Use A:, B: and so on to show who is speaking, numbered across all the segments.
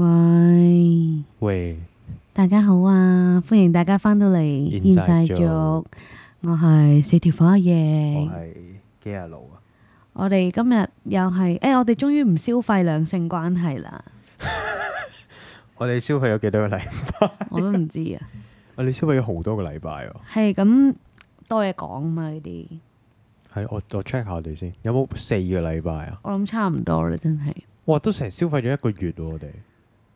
A: 喂，
B: 喂，
A: 大家好啊，歡迎大家翻到嚟
B: 現世
A: 世
B: 俗
A: 俗，我係四條火阿
B: 我
A: 爺。
B: 係基亞奴啊，
A: 我哋今日又係，誒、我哋終於唔消費兩性關係 啦，
B: 我哋消費咗幾多個禮？
A: 我都唔知啊。
B: 我哋消費咗好多個禮拜喎。
A: 係咁多嘢講嘛呢啲，
B: 係，我我 check 下我哋先，有冇四個禮拜啊？
A: 我諗差唔多啦，真係。
B: 哇，都成消費咗一個月喎，我哋。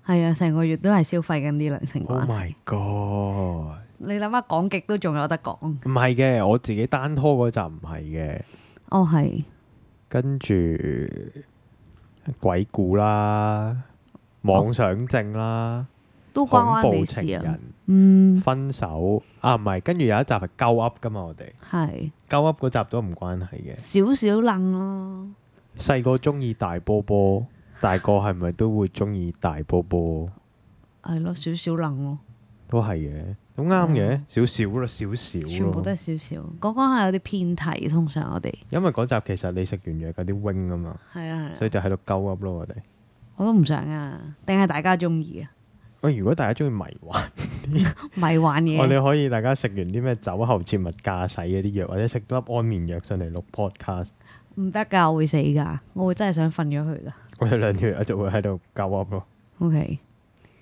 A: 係啊，成個月都係消費緊啲兩性
B: Oh
A: 關係。
B: my god！
A: 你諗下講極都仲有得講，
B: 唔係嘅，我自己單拖嗰集唔係嘅，
A: 哦係，
B: 跟住鬼故啦、妄想症啦、
A: 都關
B: 恐
A: 關
B: 怖
A: 你
B: 情
A: 事啊。
B: 人、
A: 嗯，
B: 分手啊，唔係，跟住有一集係鳩噏噶嘛，我哋
A: 係
B: 鳩噏嗰集都唔關係嘅。
A: 少少愣咯。
B: 細個中意大波波，大個係咪都會中意大波波？
A: 係咯，少少冷咯，
B: 都係嘅，咁啱嘅，少少啦，少
A: 嗯全部
B: 少
A: 都
B: 咯。
A: 係少少。講講下有啲偏題，通常我哋
B: 因為嗰集其實你食完藥嗰啲 wing 啊嘛，
A: 係啊
B: 所
A: 係
B: 以
A: 啊，
B: 就喺度鳩噏咯，我哋。
A: 我都唔想啊，定係大家中意啊，
B: 喂，如果大家中意迷幻，
A: 咪玩
B: 我
A: 嘢。
B: 哋可以大家食完啲咩酒後切勿駕駛嗰啲藥，或者食粒安眠藥上嚟錄 podcast，
A: 唔得㗎，我會死㗎，我會真係想瞓咗佢㗎。
B: 我哋兩條友就會喺度鳩噏咯。
A: OK，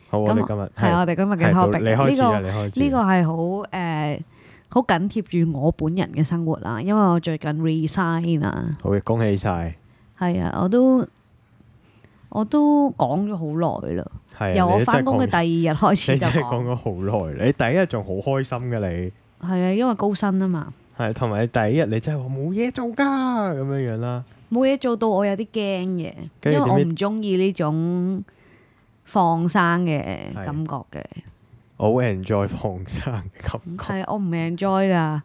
B: 好，我哋今日
A: 啊係我哋今日嘅
B: 係到
A: topic，
B: 你開始啦，
A: 呢
B: 你
A: 個
B: 開始。啊
A: 呢個係好誒，好緊貼住我本人嘅生活啦，因為我最近 resign 啊，
B: 好嘅，恭喜晒。
A: 係啊，我都我都講咗好耐啦，
B: 係啊
A: 由我
B: 你都真
A: 翻
B: 係
A: 工嘅
B: 講
A: 第二日開始
B: 你
A: 就
B: 真係
A: 講，
B: 講咗好耐，你第一日仲好開心嘅你，
A: 係啊，因為高薪啊嘛。
B: 係同埋你第一日你真係話冇嘢做㗎咁樣樣啦，
A: 冇嘢做到，我有啲驚嘅，
B: 跟
A: 因為
B: 住點
A: 我
B: 知
A: 唔中意呢種放生嘅
B: 係
A: 感覺嘅，
B: 我好 enjoy 放生嘅感
A: 係
B: 覺，
A: 我唔 enjoy 噶，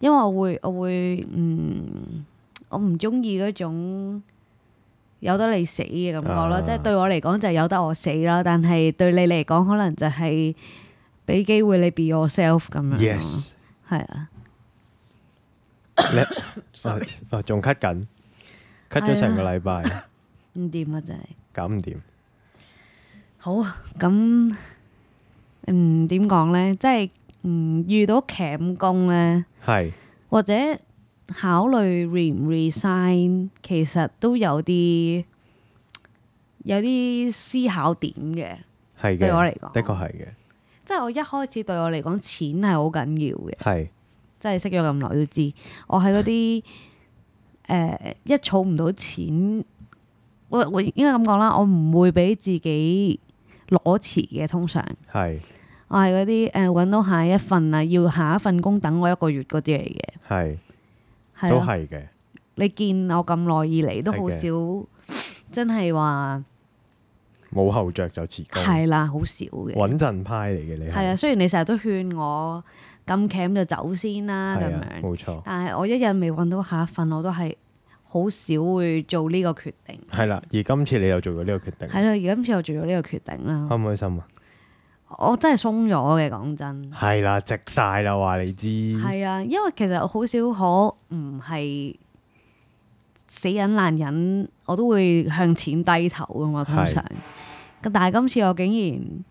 A: 因為我會我會嗯，我唔中意嗰種有得你死嘅感覺咯，
B: 啊
A: 即係對我嚟講就係有得我死啦，但係對你嚟講可能就係俾機會你 be yourself 咁樣咯，係
B: Yes，
A: 啊，
B: 你啊啊仲 cut 緊，cut
A: 啊
B: 咗成個禮拜，
A: 唔掂啊真係。
B: 搞唔掂，
A: 好咁，嗯，點講呢？即係嗯，遇到鉗工呢，
B: 係
A: 或者考慮 re 唔 resign，其實都有啲有啲思考點嘅。
B: 係
A: 對我
B: 嘅，
A: 嚟講
B: 的確係嘅，
A: 即係我一開始對我嚟講，錢係好緊要嘅。
B: 係
A: 即係識咗咁耐都知，我係嗰 啲誒一儲唔到錢，我我應該咁講啦，我唔會俾自己攞遲嘅通常。
B: 係
A: 我係嗰啲誒揾到下一份啊，要下一份工等我一個月嗰啲嚟嘅，
B: 係
A: 係
B: 都
A: 咯。
B: 係嘅，
A: 你見我咁耐以嚟都好
B: 係
A: 少，真係話
B: 冇後着就辭工，
A: 係啦，好少嘅。
B: 穩陣派嚟嘅你
A: 係啊，，雖然你成日都勸我咁鉗就走先啦咁
B: 係啊，
A: 樣，
B: 冇錯，
A: 但係我一日未揾到下一份，我都係好少會做呢個決定。
B: 係啦，而今次你又做咗呢個決定，
A: 係啦，而今次我做咗呢個決定
B: 開
A: 啦，
B: 唔開心啊？
A: 我真係鬆咗嘅，講真。
B: 係啦，直晒啦，話你知，
A: 係啊，因為其實我好少可唔係死忍爛忍，我都會向錢低頭噶嘛，通常。咁但係今次我竟然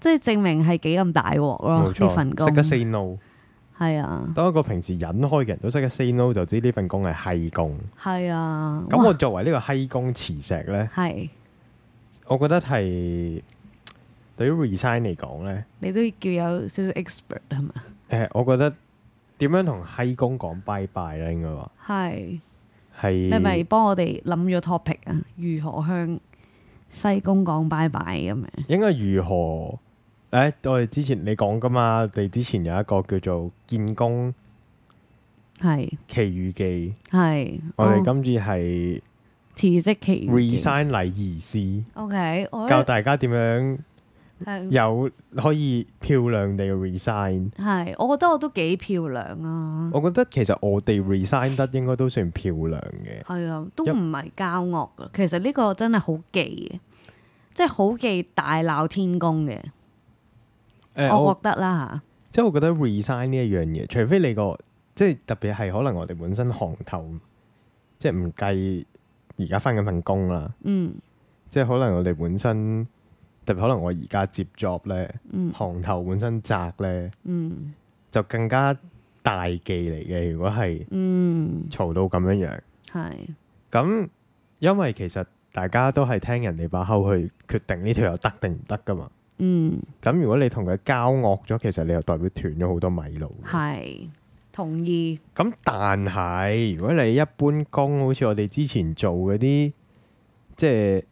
A: 即係證明係幾咁大鑊咯
B: 冇，錯
A: 呢份工
B: 識得 say no。
A: 係啊，
B: 當一個平時忍開嘅人都識得 say no，就知呢份工係閪工。
A: 係啊，
B: 咁
A: 哇
B: 我作為呢個閪工磁石呢，
A: 係
B: 我覺得係對於 resign 嚟講呢，
A: 你都叫有少少 expert 係咪？
B: 誒、我覺得點樣同閪工講拜拜咧，應該話
A: 係你係咪
B: 係
A: 幫我哋諗咗 topic 啊？如何向西宮講拜拜咁樣？
B: 應該如何？誒、我哋之前你講噶嘛，我哋之前有一個叫做建工
A: 係
B: 奇遇記，
A: 係，
B: 我哋
A: 哦
B: 今次係
A: 辭職期
B: resign 禮儀師，
A: O K，我
B: 教
A: 覺得
B: 大家點樣
A: 係
B: 有可以漂亮地 resign。
A: 係，我覺得我都幾漂亮啊，
B: 我覺得其實我哋 resign 得應該都算漂亮嘅，
A: 係啊，都
B: 一
A: 唔係交惡噶。其實呢個真係好忌嘅，即係好忌大鬧天公嘅，
B: 誒
A: 我
B: 我
A: 覺得啦
B: 即係我覺得 resign 呢一樣嘢，除非你個即係特別係可能我哋本身行頭，即係唔計而家翻緊份工啦，
A: 嗯，
B: 即係可能我哋本身，特別可能我而家接 job 咧，
A: 嗯
B: 行頭本身窄咧，
A: 嗯
B: 就更加大忌嚟嘅。如果係
A: 嗯，
B: 嘈到咁樣樣，
A: 係
B: 咁因為其實大家都係聽人哋把口去決定呢條友得定唔得噶嘛。
A: 嗯
B: 咁如果你同佢交惡咗，其實你又代表斷咗好多米路。
A: 係同意，
B: 咁但係，如果你一般工，好似我哋之前做嗰啲，即係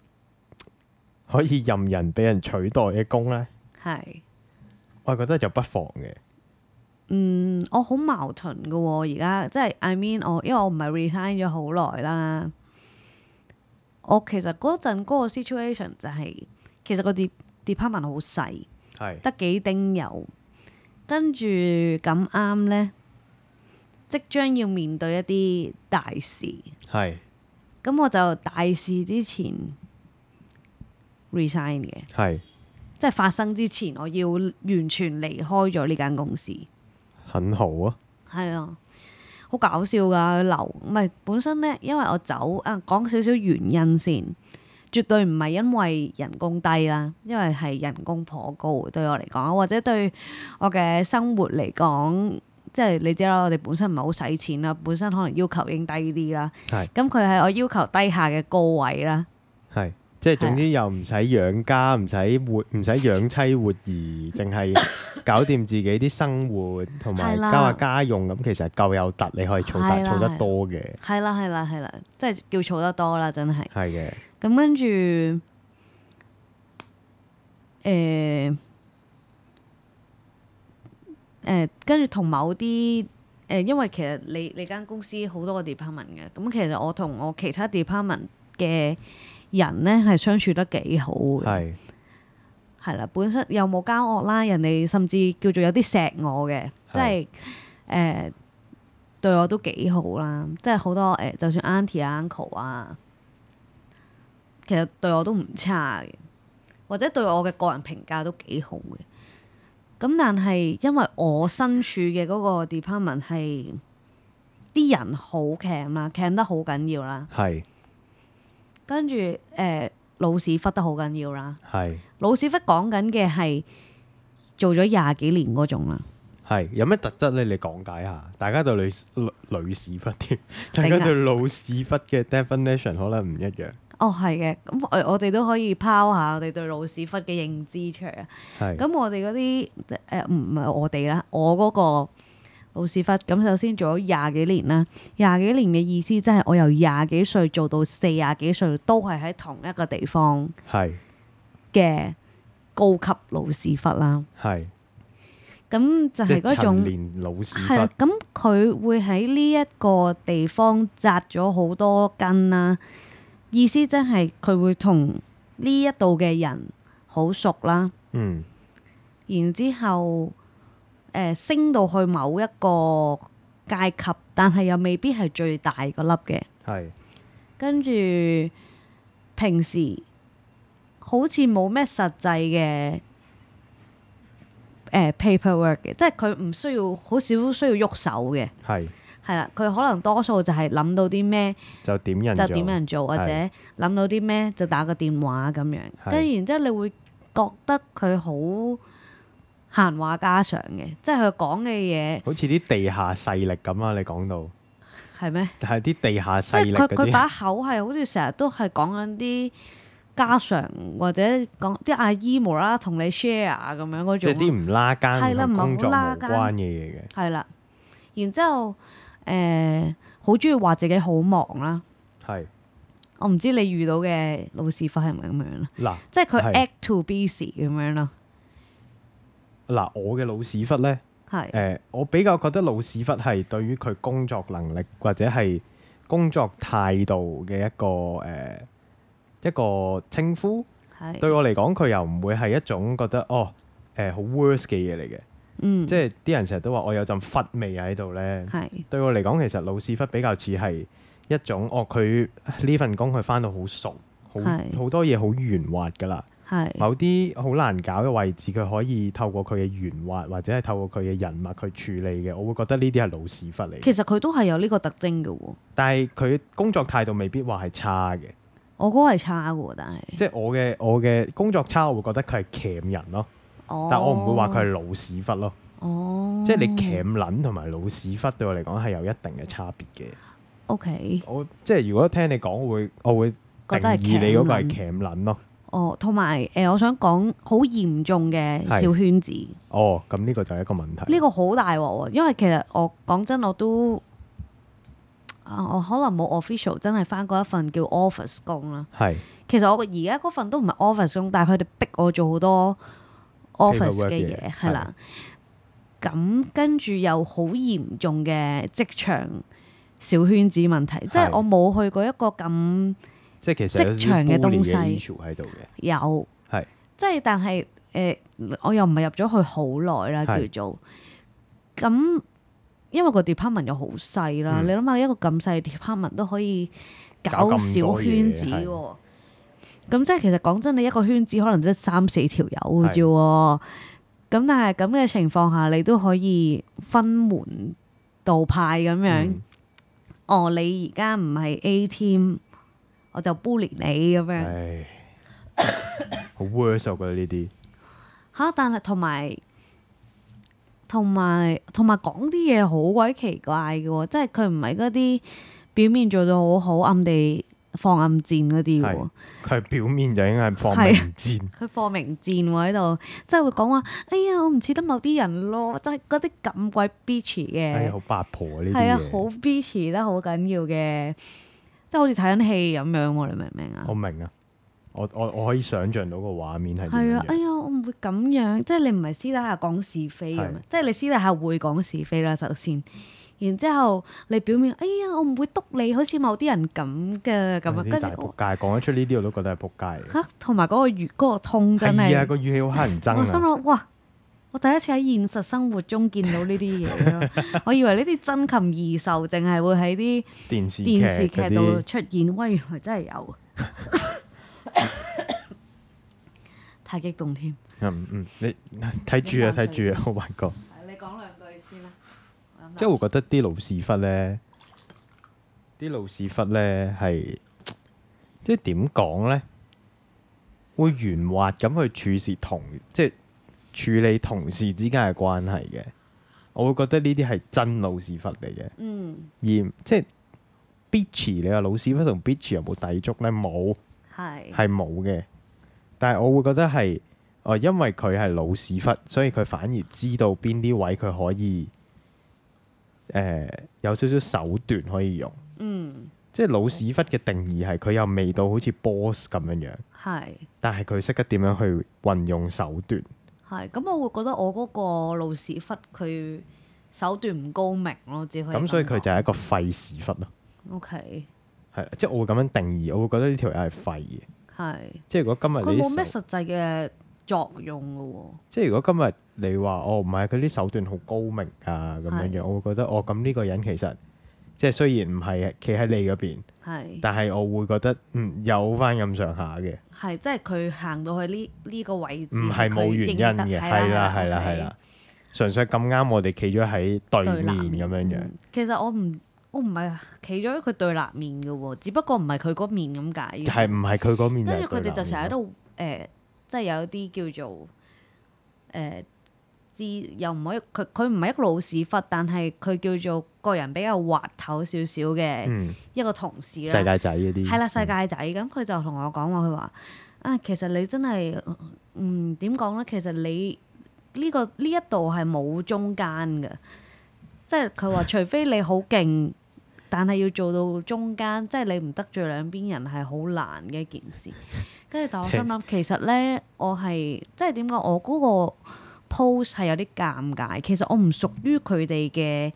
B: 可以任人俾人取代嘅工咧，
A: 係
B: 我係覺得就不妨嘅。
A: 嗯，我好矛盾嘅喎，而家即係 I mean 我因為我唔係 resign 咗好耐啦，我其實嗰陣嗰個 situation 就係、其實個 de- department 好細。
B: 係
A: 得幾丁油，跟住咁啱呢，即將要面對一啲大事，
B: 係
A: 咁我就大事之前 resign 嘅，
B: 係，
A: 即係發生之前，我要完全離開咗呢間公司。
B: 很好啊。
A: 係啊，好搞笑㗎，佢留唔係本身呢，因為我走啊，講少少原因先，絕對唔係因為人工低啦，因為係人工頗高對我嚟講，或者對我嘅生活嚟講，即係你知啦，我哋本身唔係好使錢啦，本身可能要求已經低啲啦，
B: 係
A: 咁佢係我要求低下嘅高位啦，
B: 係，
A: 啊
B: 即係總之又唔使養家，唔使活，唔使養妻活兒，淨係搞掂自己啲生活同埋
A: 係
B: 交
A: 啦
B: 下家用，咁其實夠有突，你可以儲
A: 係啦
B: 得儲
A: 係
B: 得
A: 啦
B: 多嘅。
A: 係啦係啦係啦，即係叫儲得多啦，真係。
B: 係嘅，
A: 咁跟住，誒、誒、呃跟住同某啲誒、呃因為其實你你間公司好多個 department 嘅，咁其實我同我其他 department 嘅人咧係相處得幾好嘅，
B: 係
A: 係啦，本身又冇交惡啦，人哋甚至叫做有啲錫我嘅，即係誒、對我都幾好啦，即係好多誒、就算 auntie 啊 uncle 啊，其實對我都唔差嘅，或者對我嘅個人評價都幾好嘅。咁但係因為我身處嘅嗰個 department 係啲人好 cam 啦，cam 得好緊要啦，
B: 係
A: 跟住誒、老屎忽得好緊要啦，
B: 係
A: 老屎忽講緊嘅係做咗廿幾年嗰種啊啦。
B: 係。有咩特質咧？你講解下。大家對女女女屎忽添，大
A: 頂
B: 家
A: 啊
B: 對老屎忽嘅 definition 可能唔一樣。
A: 哦，係嘅，咁我我哋都可以拋下我哋對老屎忽嘅認知出嚟啊。
B: 係
A: 咁我哋嗰啲誒唔係我哋啦，我嗰個老屎忽，咁首先做咗廿幾年啦，廿幾年嘅意思即係我由廿幾歲做到四廿幾歲，都係喺同一個地方
B: 係
A: 嘅高級老屎忽啦。
B: 係，
A: 咁就
B: 即
A: 係
B: 係
A: 嗰種
B: 陳。年老屎
A: 係啦
B: 忽，
A: 咁佢會喺呢一個地方扎咗好多根啦，意思即係佢會同呢一度嘅人好熟啦，
B: 嗯
A: 然之後誒、呃升到去某一個階級，但係又未必係最大嗰粒嘅，
B: 係
A: 跟住平時好似冇咩實際嘅。誒、paperwork 嘅，即係佢唔需要好少需要喐手嘅，
B: 係
A: 係啦，佢可能多數就係諗到啲咩
B: 就點人
A: 就
B: 做
A: 點人做，或者
B: 係
A: 諗到啲咩就打個電話咁樣。
B: 係
A: 跟住然之後，你會覺得佢好閒話家常嘅，即係佢講嘅嘢
B: 好似啲地下勢力咁啊！你講到
A: 係咩？
B: 係啲地下
A: 即
B: 勢
A: 係
B: 力
A: 佢
B: 嗰
A: 佢
B: 啲，
A: 把口係好似成日都係講緊啲家常，或者講啲阿姨無啦啦同你 share 啊咁樣嗰
B: 即係
A: 種咯。
B: 啲唔拉
A: 係
B: 更
A: 啦
B: 同
A: 唔係好
B: 工作無
A: 拉更
B: 關嘅嘢嘅，
A: 係啦，然之後誒好中意話自己好忙啦。
B: 係
A: 我唔知你遇到嘅老屎忽係咪咁樣啦。
B: 嗱
A: 即係佢
B: 係
A: act to busy 咁樣咯，
B: 嗱，我嘅老屎忽咧。誒、
A: 係
B: 我比較覺得老屎忽係對於佢工作能力或者係工作態度嘅一個誒、一個稱呼。對
A: 係，
B: 我嚟講，佢又唔會係一種覺得哦誒好 worse 嘅嘢嚟嘅，
A: 嗯，
B: 即係啲人成日都話我有陣忽味喺度咧。
A: 係
B: 對我嚟講，其實老屎忽比較似係一種哦，佢呢份工佢返到好熟，好
A: 係
B: 好多嘢好圓滑㗎啦。
A: 係
B: 某啲好難搞嘅位置，佢可以透過佢嘅圓滑或者係透過佢嘅人脈去處理嘅，我會覺得呢啲係老屎忽嚟嘅。
A: 其實佢都係有呢個特徵嘅喎，
B: 但係佢工作態度未必話係差嘅，
A: 我嗰個係差嘅喎，但係
B: 即係我嘅我嘅工作差，我會覺得佢係鉗人咯，
A: 哦，
B: 但我唔會話佢係老屎忽咯。
A: 哦，
B: 即係你鉗撚同埋老屎忽對我嚟講係有一定嘅差別嘅。
A: O K，
B: 我即係如果聽你講，我會我會定
A: 覺得係
B: 義你嗰個係
A: 鉗撚
B: 鉗撚咯。
A: 哦，同埋誒，我想講好嚴重嘅
B: 係
A: 小圈子，
B: 哦，咁呢個就係一個問題。
A: 呢個好大鑊喎，因為其實我講真我都啊，我可能冇 official 真係翻過一份叫 office 工啦。
B: 係
A: 其實我而家嗰份都唔係 office 工，但係佢哋逼我做好多 office 嘅
B: Paperwork 嘅
A: 嘢，係啦。咁跟住又好嚴重嘅職場小圈子問題，即係
B: 係
A: 我冇去過一個咁
B: 即係其實有
A: 職場嘅
B: 啲 bully
A: 東西
B: 嘅 issue 喺度嘅。
A: 有，
B: 係
A: 即係但係誒、我又唔係入咗去好耐啦，叫
B: 係
A: 做咁，因為個 department 又好細啦，
B: 嗯
A: 你諗下一個咁細嘅 department 都可以
B: 搞
A: 搞
B: 咁多
A: 小
B: 嘢
A: 圈子
B: 係
A: 喎。咁即係其實講真，你一個圈子可能得三四條友嘅啫喎。咁但係咁嘅情況下，你都可以分門道派咁樣。
B: 嗯
A: 哦，你而家唔係 A team，我就 bully 你咁樣。
B: 唉，好 worse 我覺得呢啲
A: 吓，但係同埋同埋同埋講啲嘢好鬼奇怪嘅喎，即係佢唔係嗰啲表面做到好好，暗地放暗箭嗰啲嘅
B: 係
A: 喎。
B: 佢係表面就應該係放
A: 係啊
B: 明箭，
A: 佢放明箭喎喺度，即係會講話，哎呀，我唔似得某啲人咯，即係嗰啲咁鬼 bitch
B: 係
A: 嘅，
B: 好八婆啊呢啲
A: 係啊，
B: 嘢
A: 好 bitch 得好緊要嘅，即係好似睇緊戲咁樣喎，你明唔明啊
B: 我？明啊，我我我可以想象到個畫面係
A: 係
B: 點
A: 啊
B: 樣，
A: 哎
B: 嘅，
A: 呀，我唔會咁樣，即係你唔係私底下講是非咁
B: 係
A: 樣，即係你私底下會講是非啦，首先。然之後你表面，哎呀，我唔會督你，好似某啲人咁嘅咁啊，
B: 啲
A: 跟
B: 大
A: 住
B: 仆
A: 我
B: 街講得出呢啲我都覺得係仆街嚟嘅。
A: 嚇，同埋嗰個語嗰、個痛真
B: 係啊，
A: 係，
B: 個語氣好乞人憎
A: 我心
B: 啊！
A: 諗哇，我第一次喺現實生活中見到呢啲嘢咯， 我以為呢啲珍禽異獸淨係會喺啲
B: 電視劇
A: 電視劇
B: 嗰
A: 度
B: 啲
A: 出現，喂，原來真係有，啊 太激動添。
B: 嗯嗯，你睇住啊睇住啊，我發覺
A: 你講兩句先啦。
B: 即係會覺得啲老屎忽咧，啲老屎忽咧係即係點講咧？會圓滑咁去處事同即係處理同事之間嘅關係嘅，我會覺得呢啲係真老屎忽嚟嘅。
A: 嗯，
B: 而即係 bitch，你話老屎忽同 bitch 有冇抵觸咧？冇，
A: 係
B: 係冇嘅。但係我會覺得係，哦，因為佢係老屎忽，所以佢反而知道邊啲位佢可以，誒、有少少手段可以用。
A: 嗯
B: 即係老屎忽嘅定義係佢又未到好似 boss 咁樣樣，
A: 係
B: 但係佢識得點樣去運用手段。
A: 係。咁我會覺得我嗰個老屎忽佢手段唔高明咯，只可以
B: 咁所以佢就
A: 係
B: 係一個廢屎忽咯，
A: O K
B: 係啦即係我會咁樣定義，我會覺得呢條友係廢嘅。
A: 係。
B: 即係如果今日
A: 佢
B: 你
A: 冇
B: 啲
A: 咩
B: 手
A: 實際嘅作用嘅
B: 即係如果今日你話哦唔係佢啲手段好高明啊咁樣
A: 係
B: 樣，我會覺得哦咁呢個人其實即係雖然唔係企喺你嗰邊，
A: 喎，係
B: 但係我會覺得嗯有翻咁上下嘅，
A: 係即係佢行到去呢呢個位置，
B: 唔係冇原因嘅，係啦係啦係啦，純粹咁啱我哋企咗喺對面咁樣樣，
A: 嗯其實我唔我唔係企咗喺佢對立面嘅喎，只不過唔係佢嗰面咁解。
B: 係唔係佢嗰面啊
A: 跟
B: 係
A: 住佢哋
B: 對
A: 就
B: 立
A: 成日喺
B: 面咯
A: 度誒，即係有啲叫做誒、呃知又唔可以佢佢唔係一個老屎忽，但係佢叫做個人比較滑頭少少嘅
B: 嗯
A: 一個同事
B: 世
A: 啦。
B: 界嗯仔嗰啲
A: 係啦，世界仔咁，佢就同我講話，佢話啊，其實你真係嗯點講咧？其實你呢、個呢一度係冇中間嘅，即係佢話除非你好勁，但係要做到中間，即係你唔得罪兩邊人係好難嘅一件事。跟住但我心諗，其實咧我係即係點講？我嗰個 pose 係有啲尷尬，其實我唔屬於佢哋嘅。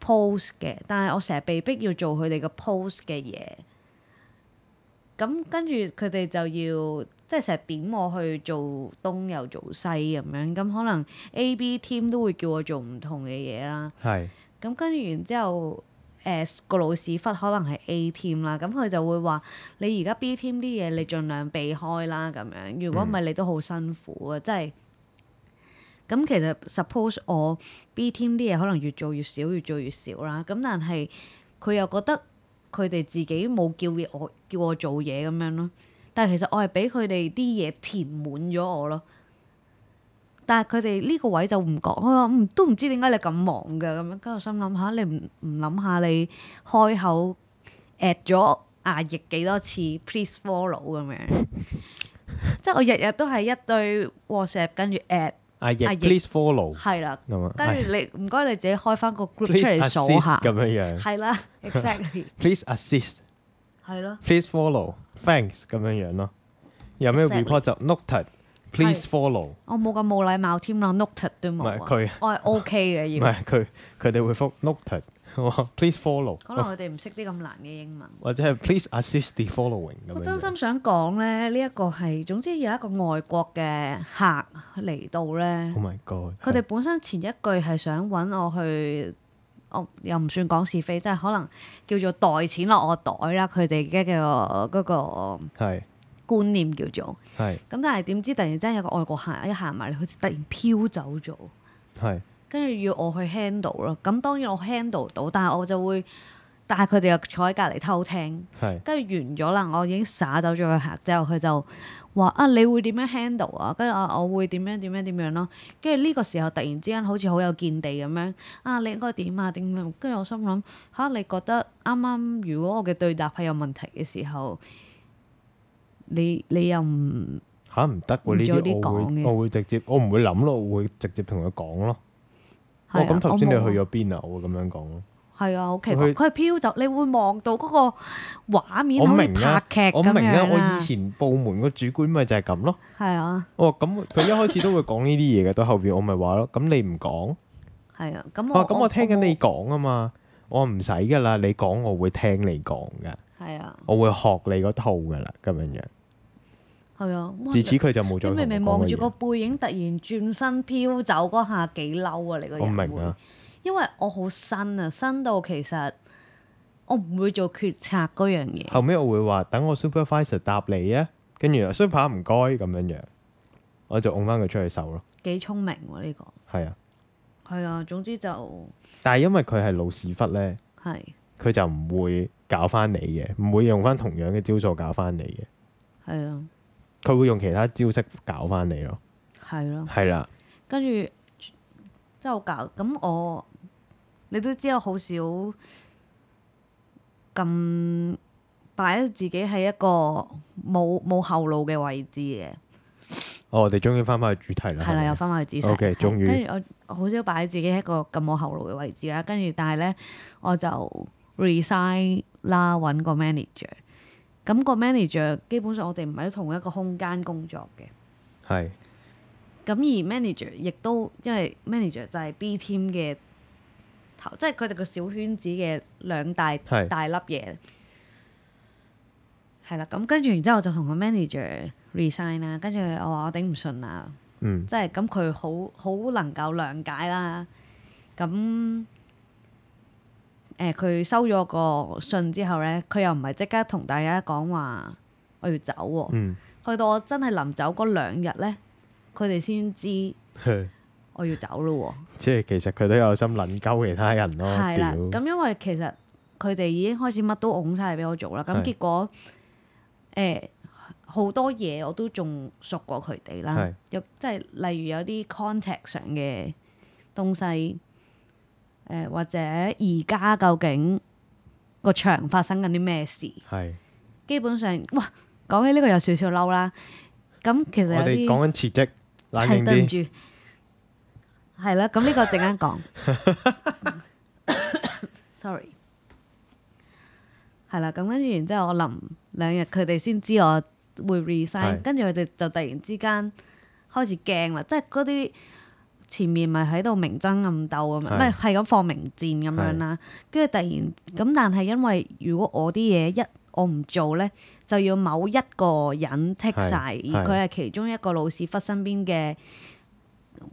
A: pose 嘅，但係我成日被逼要做佢哋嘅 pose 嘅嘢，咁跟住佢哋就要即係成日點我去做東又做西咁樣，咁可能 A、B team 都會叫我做唔同嘅嘢啦。
B: 嗯係
A: 咁跟住然之後，誒、個老屎忽可能係 A team 啦，咁佢就會話你而家 B team 啲嘢你盡量避開啦咁樣，如果唔係你都好辛苦啊，即係。咁其實 suppose 我 B team 啲嘢可能越做越少，越做越少啦。咁但係佢又覺得佢哋自己冇叫嘢我叫我做嘢咁樣咯。但係其實我係俾佢哋啲嘢填滿咗我咯。但係佢哋呢個位就唔講，佢話嗯都唔知點解你咁忙嘅咁樣，跟住我心諗下，你唔唔諗下你開口 at 咗阿譯幾多次，please follow 咁樣，即係我日日都係一堆 WhatsApp 跟住 at
B: 阿
A: 阿
B: 亦
A: 亦
B: please follow
A: 係啦，
B: 咁啊，
A: 跟住你唔該你自己開翻個 group 出
B: please
A: 嚟
B: assist
A: 數下，
B: 咁樣樣
A: 係 啦，exactly
B: ，please assist。
A: 係咯，
B: please follow thanks 咁樣樣咯。有咩
A: Exactly
B: report 就 noted please follow，
A: 我冇咁冇禮貌添啦，noted 都
B: 唔
A: 冇
B: 係
A: 啊，
B: 佢，
A: 我係 OK 嘅
B: 唔
A: 要，
B: 係佢，佢哋會覆 noted，我話 please
A: 可能
B: follow，
A: 佢哋唔識啲咁難嘅英文。
B: 或者係 please assist the following 咁
A: 我
B: 樣
A: 真
B: 樣。
A: 心想講咧，呢、一個係總之有一個外國嘅客嚟到咧
B: Oh，my Oh god！
A: 佢哋本身前一句係想揾我去，我又唔算講是非，即係可能叫做袋錢落我袋啦。佢哋嘅嘅嗰個
B: 係
A: 觀念叫做
B: 係
A: 咁，但係點知突然之間有個外國客一行埋嚟，佢突然飄走咗，
B: 係
A: 跟住要我去 handle 咯。咁當然我 handle 到，但係我就會，但係佢哋又坐喺隔離偷聽。
B: 係
A: 跟住完咗啦，我已經耍走咗個客之後，佢就話啊，你會點樣 handle 啊？跟住我我會點樣點樣點樣咯。跟住呢個時候突然之間好似好有見地咁樣啊，你應該點啊點樣？跟住我心諗吓、你覺得啱啱如果我嘅對答係有問題嘅時候，你你又唔
B: 嚇唔得喎！
A: 唔
B: 呢
A: 做啲
B: 啲我
A: 講
B: 會
A: 嘅
B: 我會直接我唔會諗咯，我會直接同佢講咯。
A: 係啊
B: 哦，咁頭先你
A: 我冇
B: 去咗邊啊？我會咁樣講咯。
A: 係啊，好奇怪，
B: 佢
A: 佢係飄走，你會望到嗰個畫面
B: 我
A: 好似
B: 明
A: 拍
B: 啊
A: 劇
B: 我
A: 咁
B: 明啊！
A: 樣
B: 我
A: 啦
B: 以，前部門個主管咪就係咁咯。
A: 係啊。
B: 哦，咁佢一開始都會講呢啲嘢嘅，到後邊我咪話咯，咁你唔講。
A: 係啊，咁我
B: 哦，咁我聽緊你
A: 冇
B: 講啊嘛，我唔使噶啦，你講我會聽你講噶，
A: 係啊，
B: 我會學你嗰套噶啦，咁樣樣。
A: 係啊，哇
B: 自此佢就冇再
A: 你
B: 同我
A: 明明
B: 講
A: 望
B: 嘅
A: 住個
B: 嘢。
A: 背影，突然轉身飄走嗰下幾嬲啊！你個人
B: 我明
A: 會
B: 啊，
A: 因為我好新啊，新到其實我唔會做決策嗰樣嘢，
B: 後尾我會話等我 supervisor 答你啊，跟住 super 唔該咁樣樣，我就拱翻佢出去手咯。
A: 幾聰明喎呢個。
B: 係啊，
A: 係啊，總之就
B: 但係因為佢係老屎忽咧，
A: 係
B: 佢就唔會搞翻你嘅，唔會用翻同樣嘅招數搞翻你嘅，
A: 係啊
B: 佢會用其他招式搞翻你咯。哦
A: 係咯，
B: 係啦，
A: 跟住真係好搞。咁我你都知我好少咁擺自己喺一個冇冇後路嘅位置嘅。
B: 哦，我哋終於翻返去主題啦。
A: 係
B: 係
A: 啦，
B: 咪
A: 又翻返去紫色。
B: OK，
A: 係
B: 終於
A: 跟住我好少擺自己喺一個咁冇後路嘅位置啦。跟住但係咧，我就 resign 啦，揾個 manager。咁個 manager 基本上我哋唔喺同一個空間工作嘅。
B: 係
A: 咁而 manager 亦都因為 manager 就係 B team 嘅頭，即係佢哋個小圈子嘅兩大
B: 係
A: 大粒嘢。係啦，咁跟住然之後我就同個 manager resign 啦，跟住我話我頂唔順啦，
B: 嗯
A: 即係咁佢好好能夠諒解啦。咁誒佢收咗個信之後咧，佢又唔係即刻同大家講話我要走喎、
B: 嗯。
A: 去到我真係臨走嗰兩日咧，佢哋先知我要走咯
B: 即係其實佢都有心撚鳩其他人
A: 喎。
B: 咯，
A: 係啦、
B: 啊屌，
A: 咁因為其實佢哋已經開始乜都拱晒俾我做啦。咁
B: 係
A: 結果誒好、多嘢我都仲熟過佢哋啦
B: 係。
A: 有即係例如有啲 contact 上嘅東西，誒、呃或者而家究竟個場發生緊啲咩事？
B: 係
A: 基本上，哇！講起呢個有少少嬲啦。咁其實
B: 我
A: 有
B: 哋
A: 啲。
B: 講緊辭職，
A: 係
B: 冷靜
A: 對唔
B: 啲，
A: 住，係啦，咁呢個陣間講。Sorry，係啦，咁跟住然之後，我臨兩日佢哋先知我會 resign，
B: 係
A: 跟住佢哋就突然之間開始驚啦，即係嗰啲前面咪喺度明爭暗鬥咁樣，
B: 係
A: 咪係咁放明戰咁樣啦，跟住突然咁，但係因為如果我啲嘢一我唔做咧，就要某一個人剔
B: 係
A: 晒，而
B: 係
A: 佢係其中一個老屎忽身邊嘅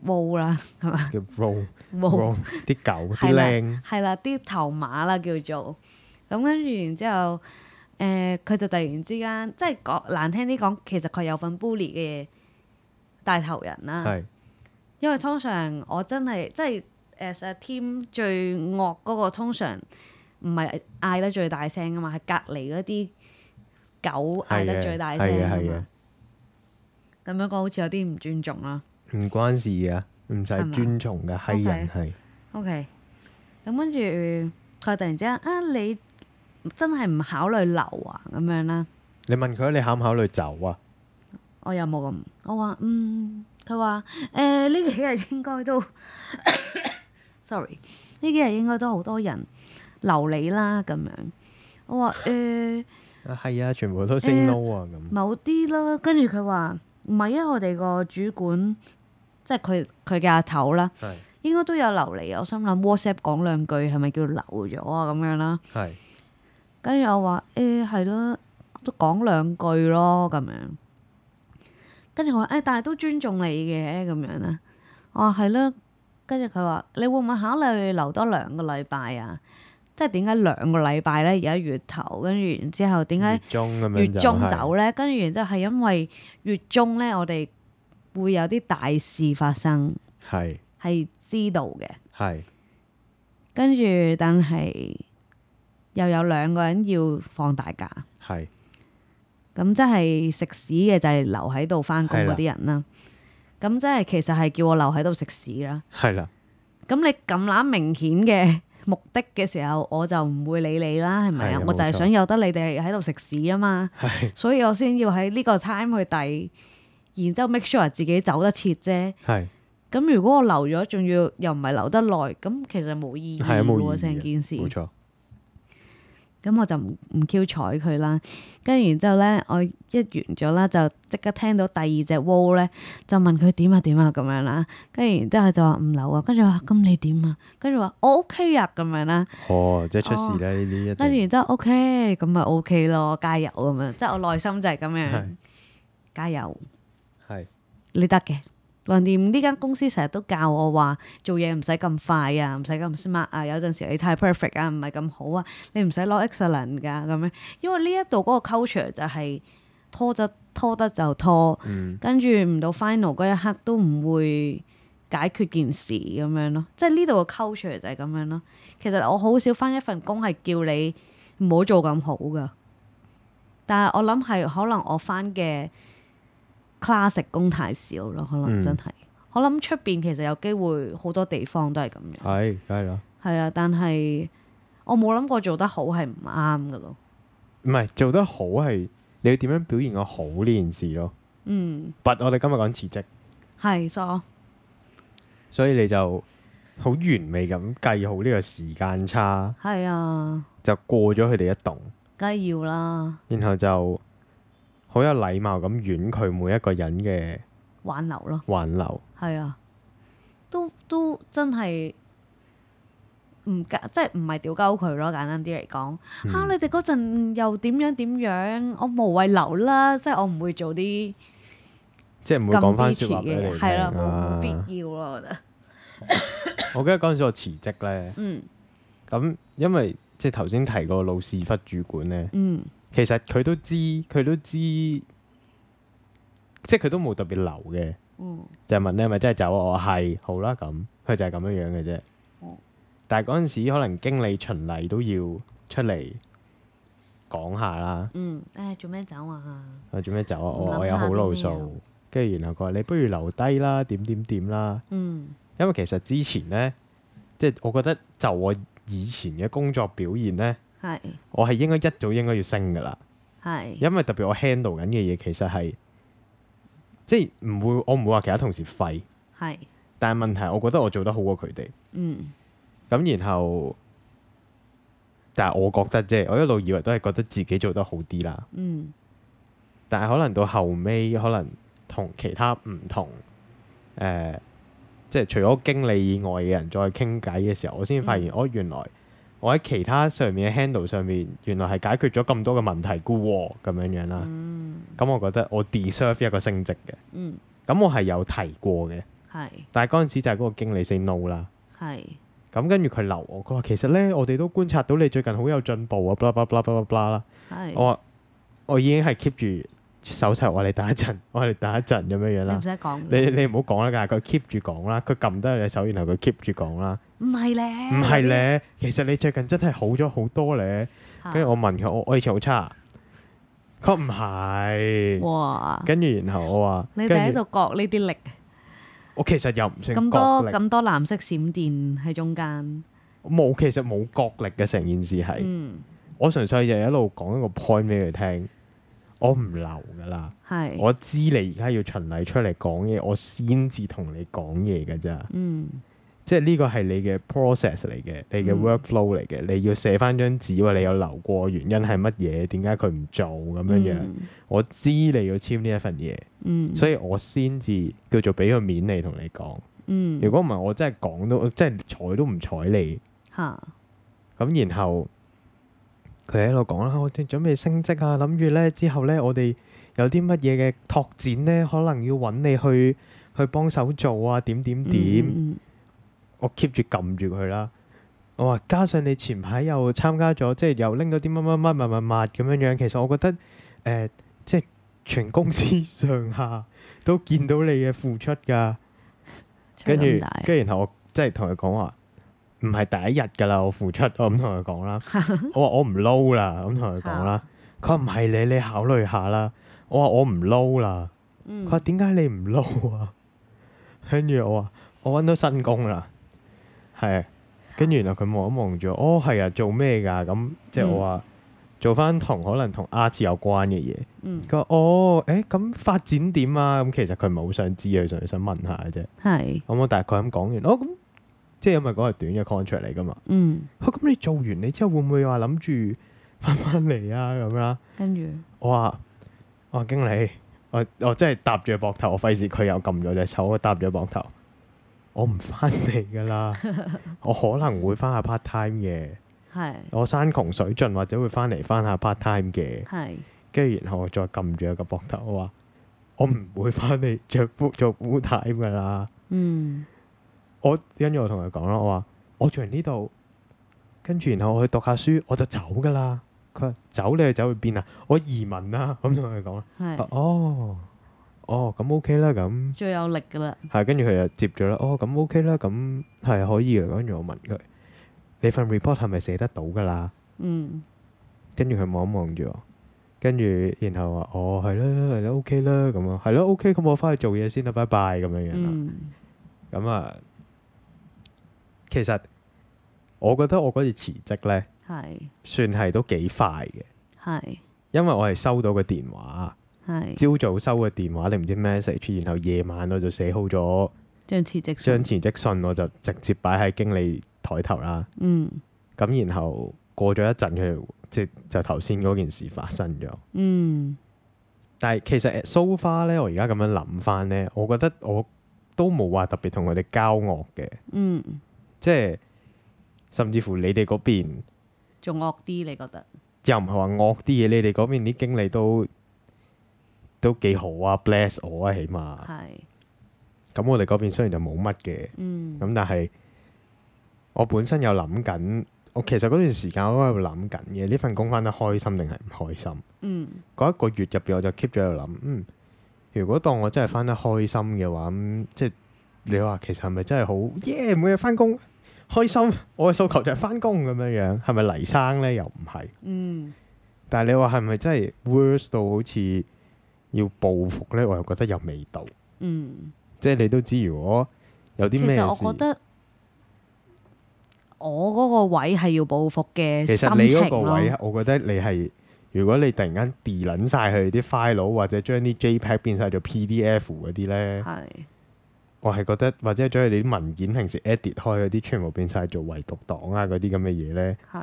A: w 啦，咁啊
B: 叫 wrong
A: w
B: wrong 啲狗啲
A: 係啦
B: 靚，
A: 係啦，啲頭馬啦叫做，咁跟住然之後，誒、佢就突然之間，即係講難聽啲講，其實佢有份 bully 嘅帶頭人啦，
B: 係
A: 因為通常我真係即係 as a team 最惡嗰個通常唔係嗌得最大聲噶嘛，係隔離嗰啲狗嗌
B: 係
A: 得
B: 嘅
A: 最大聲
B: 係嘅
A: 㗎
B: 係
A: 嘛。咁樣講好似有啲唔尊重啦。
B: 嘅，唔關事嘅，唔
A: 係
B: 使
A: 嘛
B: 尊重嘅，係人係
A: OK，咁跟住佢突然之間啊，你真係唔考慮留啊咁樣啦。
B: 你問佢你考唔考慮走啊？
A: 我又冇咁，我話嗯，佢話誒呢幾日應該都 ，sorry，呢幾日應該都好多人留你啦咁樣。我話誒、呃
B: 啊係啊，全部都 say
A: 誒
B: no 啊咁。
A: 某啲啦，跟住佢話唔係啊，我哋個主管即係佢佢嘅阿頭啦，
B: 係
A: 應該都有留你。我心諗 WhatsApp 講兩句係咪叫留咗啊咁樣啦。
B: 係
A: 跟住我話誒係咯，都講兩句咯咁樣。跟住我話誒、欸但係都尊重你嘅咁樣啦。我話係咯，跟住佢話你會唔會考慮留多兩個禮拜啊？即係點解兩個禮拜咧？而家月頭，跟住然之後點解
B: 月中咁樣
A: 月
B: 就
A: 中
B: 係
A: 走咧？跟住然之後係因為月中咧，我哋會有啲大事發生，
B: 係
A: 係知道嘅。
B: 係
A: 跟住但係又有兩個人要放大假。
B: 係
A: 咁即係食屎嘅就係留喺度翻工嗰啲人啦。咁即係其實係叫我留喺度食屎啦。
B: 係啦，
A: 咁你咁撚明顯嘅目的嘅時候，我就唔會理你啦，係咪
B: 係
A: 啊
B: 啊？
A: 我就係
B: 冇錯
A: 想由得你哋喺度食屎啊嘛，
B: 係
A: 所以我先要喺呢個 time 去遞，然之後 make sure 自己走得切啫。
B: 係
A: 咁如果我留咗，仲要又唔係留得耐，咁其實冇意義
B: 係啊冇意義
A: 喎成
B: 嘅
A: 件事。
B: 冇錯
A: 咁我就唔唔 Q 睬佢啦。跟住然之後咧，我一完咗啦，就即刻聽到第二隻窩咧，就問佢點啊點啊咁樣啦。跟住然之後佢就話唔留啊。跟住我話咁你點啊？跟住話我 OK 啊咁樣啦。
B: 哦，即係出事咧呢啲一
A: 跟住
B: 定
A: 然之後 OK，咁咪 OK 咯，加油咁樣。即係我內心就係咁樣
B: 係，
A: 加油，
B: 係
A: 你得嘅。橫掂呢間公司成日都教我話做嘢唔使咁快啊，唔使咁 smart 啊，有陣時你太 perfect 啊，唔係咁好啊，你唔使攞 excellent 噶咁樣，因為呢一度嗰個 culture 就係拖就拖得就拖，
B: 嗯
A: 跟住唔到 final 嗰一刻都唔會解決件事咁樣咯，即係呢度嘅 culture 就係咁樣咯。其實我好少翻一份工係叫你唔好做咁好噶，但係我諗係可能我翻嘅 classic 工太少咯，可能
B: 嗯
A: 真係。我諗出邊其實有機會好多地方都係咁樣，
B: 係梗係啦，
A: 係啊，但係我冇諗過做得好係唔啱噶咯。
B: 唔係做得好係你要點樣表現個好呢件事咯。
A: 嗯，
B: 但我哋今日講辭職，
A: 係所
B: 所以你就好完美咁計好呢個時間差，
A: 係啊，
B: 就過咗佢哋一棟，
A: 梗係要啦，
B: 然後就好有禮貌咁婉佢每一個人嘅
A: 挽留咯，
B: 挽留。
A: 係啊，都都真係唔夾即係唔係屌鳩佢咯，簡單啲嚟講，嚇、你哋嗰陣又點樣點樣，我無謂留啦，即係我唔會做啲
B: 即係唔會
A: 咁
B: 講翻
A: bitch
B: 説話
A: 嘅
B: 俾你
A: 嘢，
B: 聽
A: 係啦，冇冇
B: 啊
A: 必要咯，我覺得，
B: 我記得嗰陣時我辭職咧，
A: 嗯
B: 咁因為即係頭先提過老屎忽主管咧，
A: 嗯
B: 其實佢都知，佢都知，即係佢都冇特別留嘅，
A: 嗯，
B: 就係問你係咪真係走啊？我話係，好啦咁，佢就係咁樣樣嘅啫
A: 哦。
B: 但係嗰陣時可能經理循例都要出嚟講下啦，
A: 嗯，唉，做咩走啊？
B: 我做咩走啊？
A: 諗
B: 我
A: 下
B: 我有好路
A: 啲咩啊
B: 數，跟住然後佢話你不如留低啦，點點點啦。
A: 嗯
B: 因為其實之前呢，即係我覺得就我以前嘅工作表現呢，，
A: 係
B: 我係應該一早應該要升噶啦，
A: 係，
B: 因為特別我 handle 緊嘅嘢其實係即係唔會，我唔會話其他同事廢，
A: 係，
B: 但係問題我覺得我做得好過佢哋，
A: 嗯
B: 咁然後但係我覺得啫，我一路以為都係覺得自己做得好啲啦，
A: 嗯
B: 但係可能到後尾可能同其他唔同誒、呃即係除咗經理以外嘅人再傾偈嘅時候，我先發現哦，原來我喺其他上面嘅 handle 上面，原來係解決咗咁多嘅問題㗎喎，咁樣樣啦。
A: 嗯
B: 咁、我覺得我 deserve 一個升職嘅，
A: 嗯，
B: 咁我係有提過嘅，
A: 係
B: 但係嗰陣時就係嗰個經理 say no 啦。
A: 係，
B: 咁跟住佢留我，佢話其實咧，我哋都觀察到你最近好有進步啊，blah blah blah blah blah blah 啦。
A: 係，
B: 我話我已經係 keep 住手勢我哋等一陣，我哋等一陣咁樣樣
A: 你唔
B: 啦。
A: 使講，
B: 你你唔好講啦，但係佢 keep 住講啦，佢撳低你隻手，然後佢 keep 住講啦。
A: 唔係咧，
B: 唔係
A: 啊
B: 咧，其實你最近真係好咗好多咧。
A: 嚇，
B: 跟住我問佢，我我以前好差啊，佢話唔係。
A: 哇！
B: 跟住然後我話，
A: 啊你哋
B: 跟
A: 喺
B: 住
A: 度割呢啲力，
B: 我其實又唔算
A: 咁
B: 角
A: 多
B: 力，
A: 咁多藍色閃電喺中間，
B: 冇其實冇角力嘅成件事係。
A: 嗯，
B: 我純粹就一路講一個 point 俾佢聽，我唔留噶啦，
A: 係，
B: 我知你而家要循例出嚟講嘢，我先至同你講嘢嘅咋，
A: 嗯，
B: 即係呢個係你嘅 process 嚟嘅，你嘅
A: 嗯
B: workflow 嚟嘅，你要寫翻張紙話你有留過，原因係乜嘢，點解佢唔做咁樣樣，
A: 嗯
B: 我知你要簽呢一份嘢，
A: 嗯，
B: 所以我先至叫做俾個面你同你講，
A: 嗯，
B: 如果唔係我真係講到，即係睬都唔睬你。
A: 嚇，
B: 咁然後佢喺度講啦，我哋準備升職啊，諗住咧之後咧，我哋有啲乜嘢嘅拓展咧，可能要揾你去去幫手做啊，點點點。
A: 嗯？
B: 我 keep 住撳住佢啦。我話加上你前排又參加咗，即係又拎咗啲乜乜乜乜乜乜咁樣樣，其實我覺得誒、呃即係全公司上下都見到你嘅付出㗎。跟
A: 跟
B: 住
A: 住大，
B: 跟住然後我即係同佢講話，唔係第一日㗎啦，我付出，我咁同佢講 啦。我話我唔撈啦，咁同佢講啦。佢話唔係你，你考慮下啦。我話我唔撈啦。佢話
A: 嗯，
B: 點解你唔撈啊？跟住我話我揾到新工啦，係。跟住然後佢望一望住我，哦係啊，做咩㗎？咁即係我話做翻同可能同 art 有關嘅嘢。
A: 嗯，
B: 佢話哦，誒咁發展點啊？咁其實佢唔係好想知，啊佢純粹想問下嘅啫。
A: 係，
B: 咁我大概咁講完，哦咁，即係因為嗰係短嘅 contract 嚟噶嘛。
A: 嗯，
B: 哦咁你做完你之後會唔會話諗住翻返嚟啊咁樣啦？
A: 跟住，
B: 我話我話經理，我我真係搭住佢膊頭，我費事佢又撳咗隻手，我搭住佢膊頭，我唔翻嚟噶啦，我可能會翻下 part time 嘅，
A: 係，
B: 我山窮水盡或者會翻嚟翻下 part time 嘅，
A: 係，
B: 跟住然後我再撳住佢個膊頭，我話我唔會翻嚟着 full 做 full time 噶啦。
A: 嗯，
B: 我跟住我同佢講啦，我話我做完呢度，跟住然後我去讀下書，我就走噶啦。佢話走你去走去邊啊？我移民啦，咁同佢講啦。佢話
A: 係，
B: 哦，哦咁 OK 啦，咁
A: 最有力噶啦，
B: 係跟住佢就接咗啦。哦咁 OK 啦，咁係可以嘅。跟住我問佢，你份 report 係咪寫得到噶啦？
A: 嗯，
B: 跟住佢望一望住我，跟住然後話哦係啦係啦 OK 啦咁啊係啦 OK 咁我翻去做嘢先啦，拜拜咁樣樣啦。
A: 嗯，
B: 咁啊，其實我覺得我嗰次辭職咧，
A: 係，
B: 算係都幾快嘅，
A: 係，
B: 因為我係收到個電話，
A: 係，
B: 朝早收個電話定唔知 message，然後夜晚我就寫好咗
A: 張辭職
B: 將
A: 信，
B: 辭職信，我就直接擺喺經理台頭啦。
A: 嗯，
B: 咁然後過咗一陣，佢就即係就頭先嗰件事發生咗。
A: 嗯，
B: 但係其實 so far 咧，我而家咁樣諗翻咧，我覺得我都冇話特別同佢哋交惡嘅，
A: 嗯，
B: 即係甚至乎你哋嗰邊。
A: 仲惡啲，你覺得？
B: 又唔係話惡啲嘢，你哋嗰邊啲經理都都幾好啊，bless 我啊，起碼。
A: 係，
B: 咁我哋嗰邊雖然就冇乜嘅，
A: 嗯，
B: 咁但係我本身有諗緊，我其實嗰段時間我都喺度諗緊嘅，呢份工翻得開心定係唔開心？
A: 嗯，
B: 嗰一個月入邊我就 keep 咗喺度諗，嗯，如果當我真係翻得開心嘅話，咁、嗯即係你話其實係咪真係好耶每日翻工開心？我嘅訴求就係翻工咁樣樣，係咪黎生呢？又唔係。
A: 嗯，
B: 但係你話係咪真係 worse 到好似要報復咧？我又覺得又未到，
A: 嗯。
B: 即係你都知，如果有啲
A: 其
B: 咩
A: 實我覺
B: 事，
A: 得我嗰個位係要報復嘅
B: 其實
A: 心
B: 你
A: 情
B: 嗰個
A: 咯，
B: 位，我覺得你係如果你突然間 d 撚晒佢啲 file 或者將啲 JPEG 變晒做 PDF 嗰啲咧，
A: 係
B: 我係覺得或者將你啲文件平時 edit 開嗰啲全部變晒做唯讀檔啊嗰啲咁嘅嘢咧，
A: 係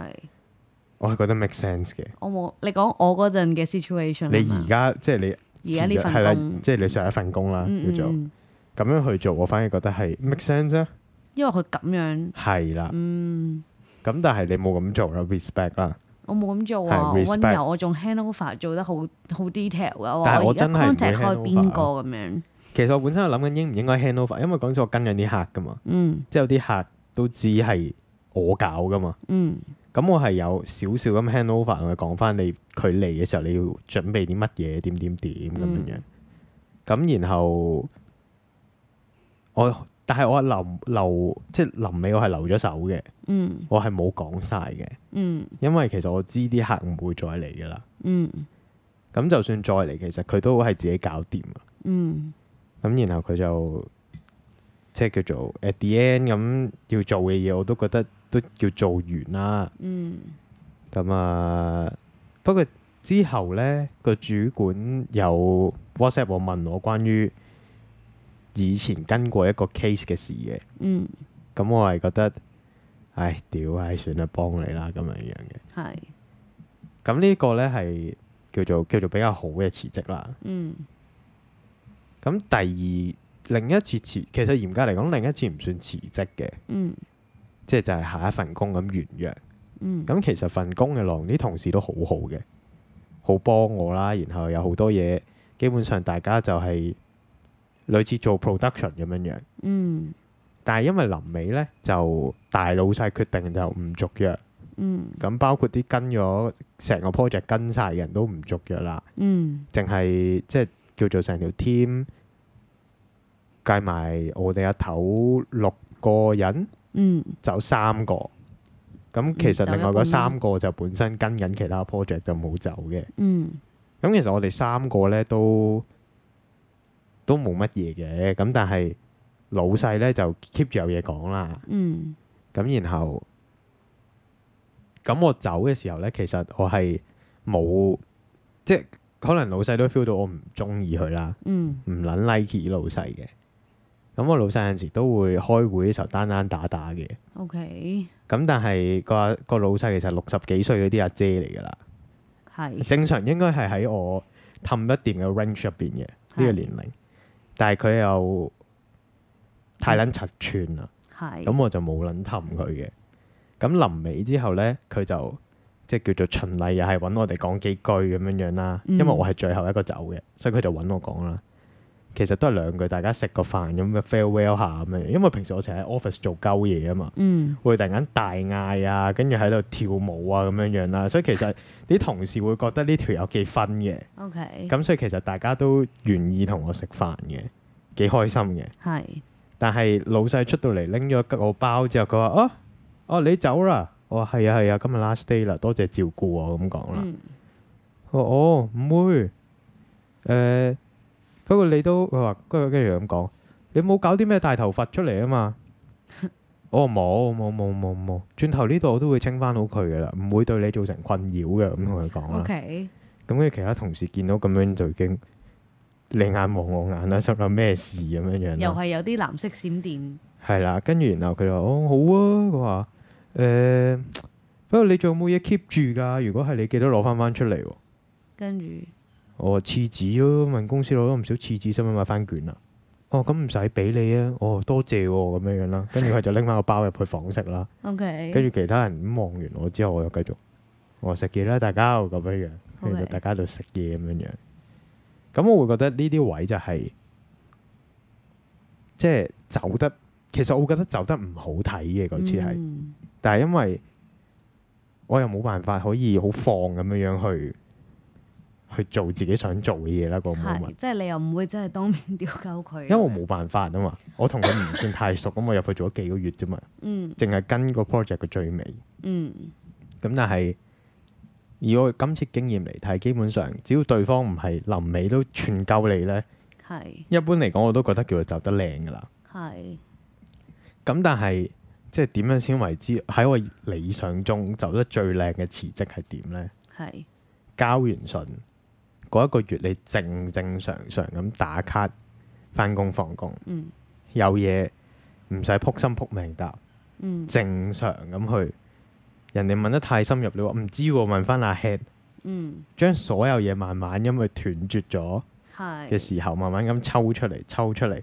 B: 我係覺得 make sense 嘅。
A: 我冇你講我嗰陣嘅 situation 係
B: 你
A: 嘛
B: 而家即係你
A: 而家呢份
B: 係啦
A: 工，
B: 即係你上一份工啦，
A: 嗯
B: 叫做
A: 嗯嗯
B: 咁樣去做，我反而覺得係 make sense 啊，
A: 因為佢咁樣，
B: 係啦。
A: 嗯，
B: 咁但係你冇咁做啦，respect 啦。
A: 我冇咁做啊，我
B: 係
A: 温
B: respect
A: 柔，我仲 handover 做得好好 detail 噶，
B: 但係
A: 我
B: 我
A: 而家
B: 真係唔會
A: contact 開邊
B: handover 啊
A: 個咁樣，
B: 其實我本身我諗緊應唔應該 hand over，因為嗰陣時我跟緊啲客噶嘛，
A: 嗯
B: 即係有啲客都知係我搞噶嘛。
A: 嗯
B: 咁我係有少少咁 hand over 同佢講翻你佢嚟嘅時候你要準備啲乜嘢點點點咁樣樣。咁、然後我但係我留留即係臨尾我係留咗手嘅，
A: 嗯
B: 我係冇講晒嘅，
A: 嗯
B: 因為其實我知啲客唔會再嚟噶啦。
A: 嗯
B: 咁就算再嚟，其實佢都係自己搞掂啊。
A: 嗯
B: 咁然後佢就即係叫做 at the end 咁要做嘅嘢，我都覺得都叫做完啦。
A: 嗯
B: 咁啊，不過之後呢個主管有 WhatsApp 我問我關於以前跟過一個 case 嘅事嘅，
A: 嗯，
B: 咁我係覺得，唉，屌，唉，算啦，幫你啦咁樣樣嘅。
A: 係
B: 咁呢個呢係叫做叫做比較好嘅辭職啦。
A: 嗯
B: 咁第二另一次辭，其實嚴格嚟講，另一次唔算辭職嘅，
A: 嗯
B: 即係就係下一份工咁完約。
A: 嗯
B: 咁其實份工嘅內容啲同事都好好嘅，好幫我啦，然後有好多嘢，基本上大家就係類似做 production 咁樣樣。
A: 嗯
B: 但係因為臨尾呢，就大老細決定就唔續約，
A: 嗯
B: 咁包括啲跟咗成個 project 跟晒嘅人都唔續約啦，
A: 嗯
B: 淨係即係叫做成條 team 計埋我哋阿頭六個人。
A: 嗯
B: 走三個。咁其實另外嗰三個就本身跟緊其他 project 就冇走嘅。
A: 嗯
B: 咁其實我哋三個呢都都冇乜嘢嘅。咁但係老細呢就 keep 住有嘢講啦。
A: 嗯
B: 咁然後咁我走嘅時候呢，其實我係冇即係可能老細都 feel 到我唔中意佢啦，
A: 嗯
B: 唔撚 like 老細嘅。咁我老細有陣時都會開會嘅時候單單打打嘅。
A: ，OK，
B: 咁但係個阿個老細其實六十幾歲嗰啲阿姐嚟㗎啦，
A: 係
B: 正常應該係喺我氹得掂嘅 range 入邊嘅呢個
A: 係
B: 年齡，但係佢又太撚拆穿啦，
A: 係
B: 咁我就冇撚氹佢嘅。咁臨尾之後呢，佢就即係叫做循例又係揾我哋講幾句咁樣樣啦，因為
A: 嗯
B: 我係最後一個走嘅，所以佢就揾我講啦。其實都係兩句，大家食個飯咁嘅 farewell 下咁樣，因為平時我成日喺 office 做鳩嘢啊嘛。
A: 嗯
B: 會突然間大嗌啊，跟住喺度跳舞啊咁樣樣啦，所以其實啲同事會覺得呢條友幾分嘅，
A: OK，
B: 咁所以其實大家都願意同我食飯嘅，幾開心嘅。
A: 係
B: 但係老細出到嚟拎咗個包之後，佢話：哦、哦、你走啦！我話係啊係啊，今日 last day 啦，多謝照顧我咁講啦。
A: 嗯
B: 佢話：哦，唔會，誒、不過你都佢話跟住跟住咁講，你冇搞啲咩大頭髮出嚟啊嘛？ 我話冇冇冇冇冇，轉頭呢度我都會清翻好佢噶啦，唔會對你造成困擾嘅咁同佢講啦。
A: OK，
B: 咁跟住其他同事見到咁樣就已經你眼望我眼啦，心諗咩事咁樣樣
A: 又
B: 啦。
A: 係有啲藍色閃電，
B: 係啦，跟住然後佢就話：哦，好啊，佢話誒，不過你仲有冇嘢 keep 住㗎？如果係你記得攞翻翻出嚟喎。
A: 跟住
B: 我話哦廁紙咯，問公司攞咗唔少廁紙，使唔使買翻卷啊？哦，咁唔使俾你啊！哦，多謝喎、咁樣樣啦。跟住佢就拎翻個包入去房食啦。
A: OK，
B: 跟住其他人咁望完我之後，我又繼續我食嘢啦，大家咁樣樣，跟住
A: OK
B: 就大家喺度食嘢咁樣樣。咁我會覺得呢啲位就係、即係走得，其實我會覺得走得唔好睇嘅嗰次係，
A: 嗯
B: 但係因為我又冇辦法可以好放咁樣樣去去做自己想做嘅嘢啦，個 moment
A: 係，。即係你又唔會真係當面屌鳩佢，
B: 因為我冇辦法啊嘛，我同佢唔算太熟，咁我入去做咗幾個月啫嘛，
A: 嗯
B: 淨係跟個 project 嘅最尾。咁
A: 嗯
B: 但係以我今次經驗嚟睇，基本上只要對方唔係臨尾都串鳩你呢，
A: 係
B: 一般嚟講我都覺得叫佢走得靚噶啦。
A: 係
B: 咁但係即係點樣先為之喺我理想中走得最靚嘅辭職係點呢？
A: 係
B: 交完信嗰一個月，你正正常常咁打卡翻工放工，
A: 嗯
B: 有嘢唔使撲心撲命答。
A: 嗯
B: 正常咁去。人哋問得太深入，你話唔知喎，問翻阿 head，
A: 嗯
B: 將所有嘢慢慢因為斷絕咗嘅
A: 係
B: 時候，慢慢咁抽出嚟，抽出嚟。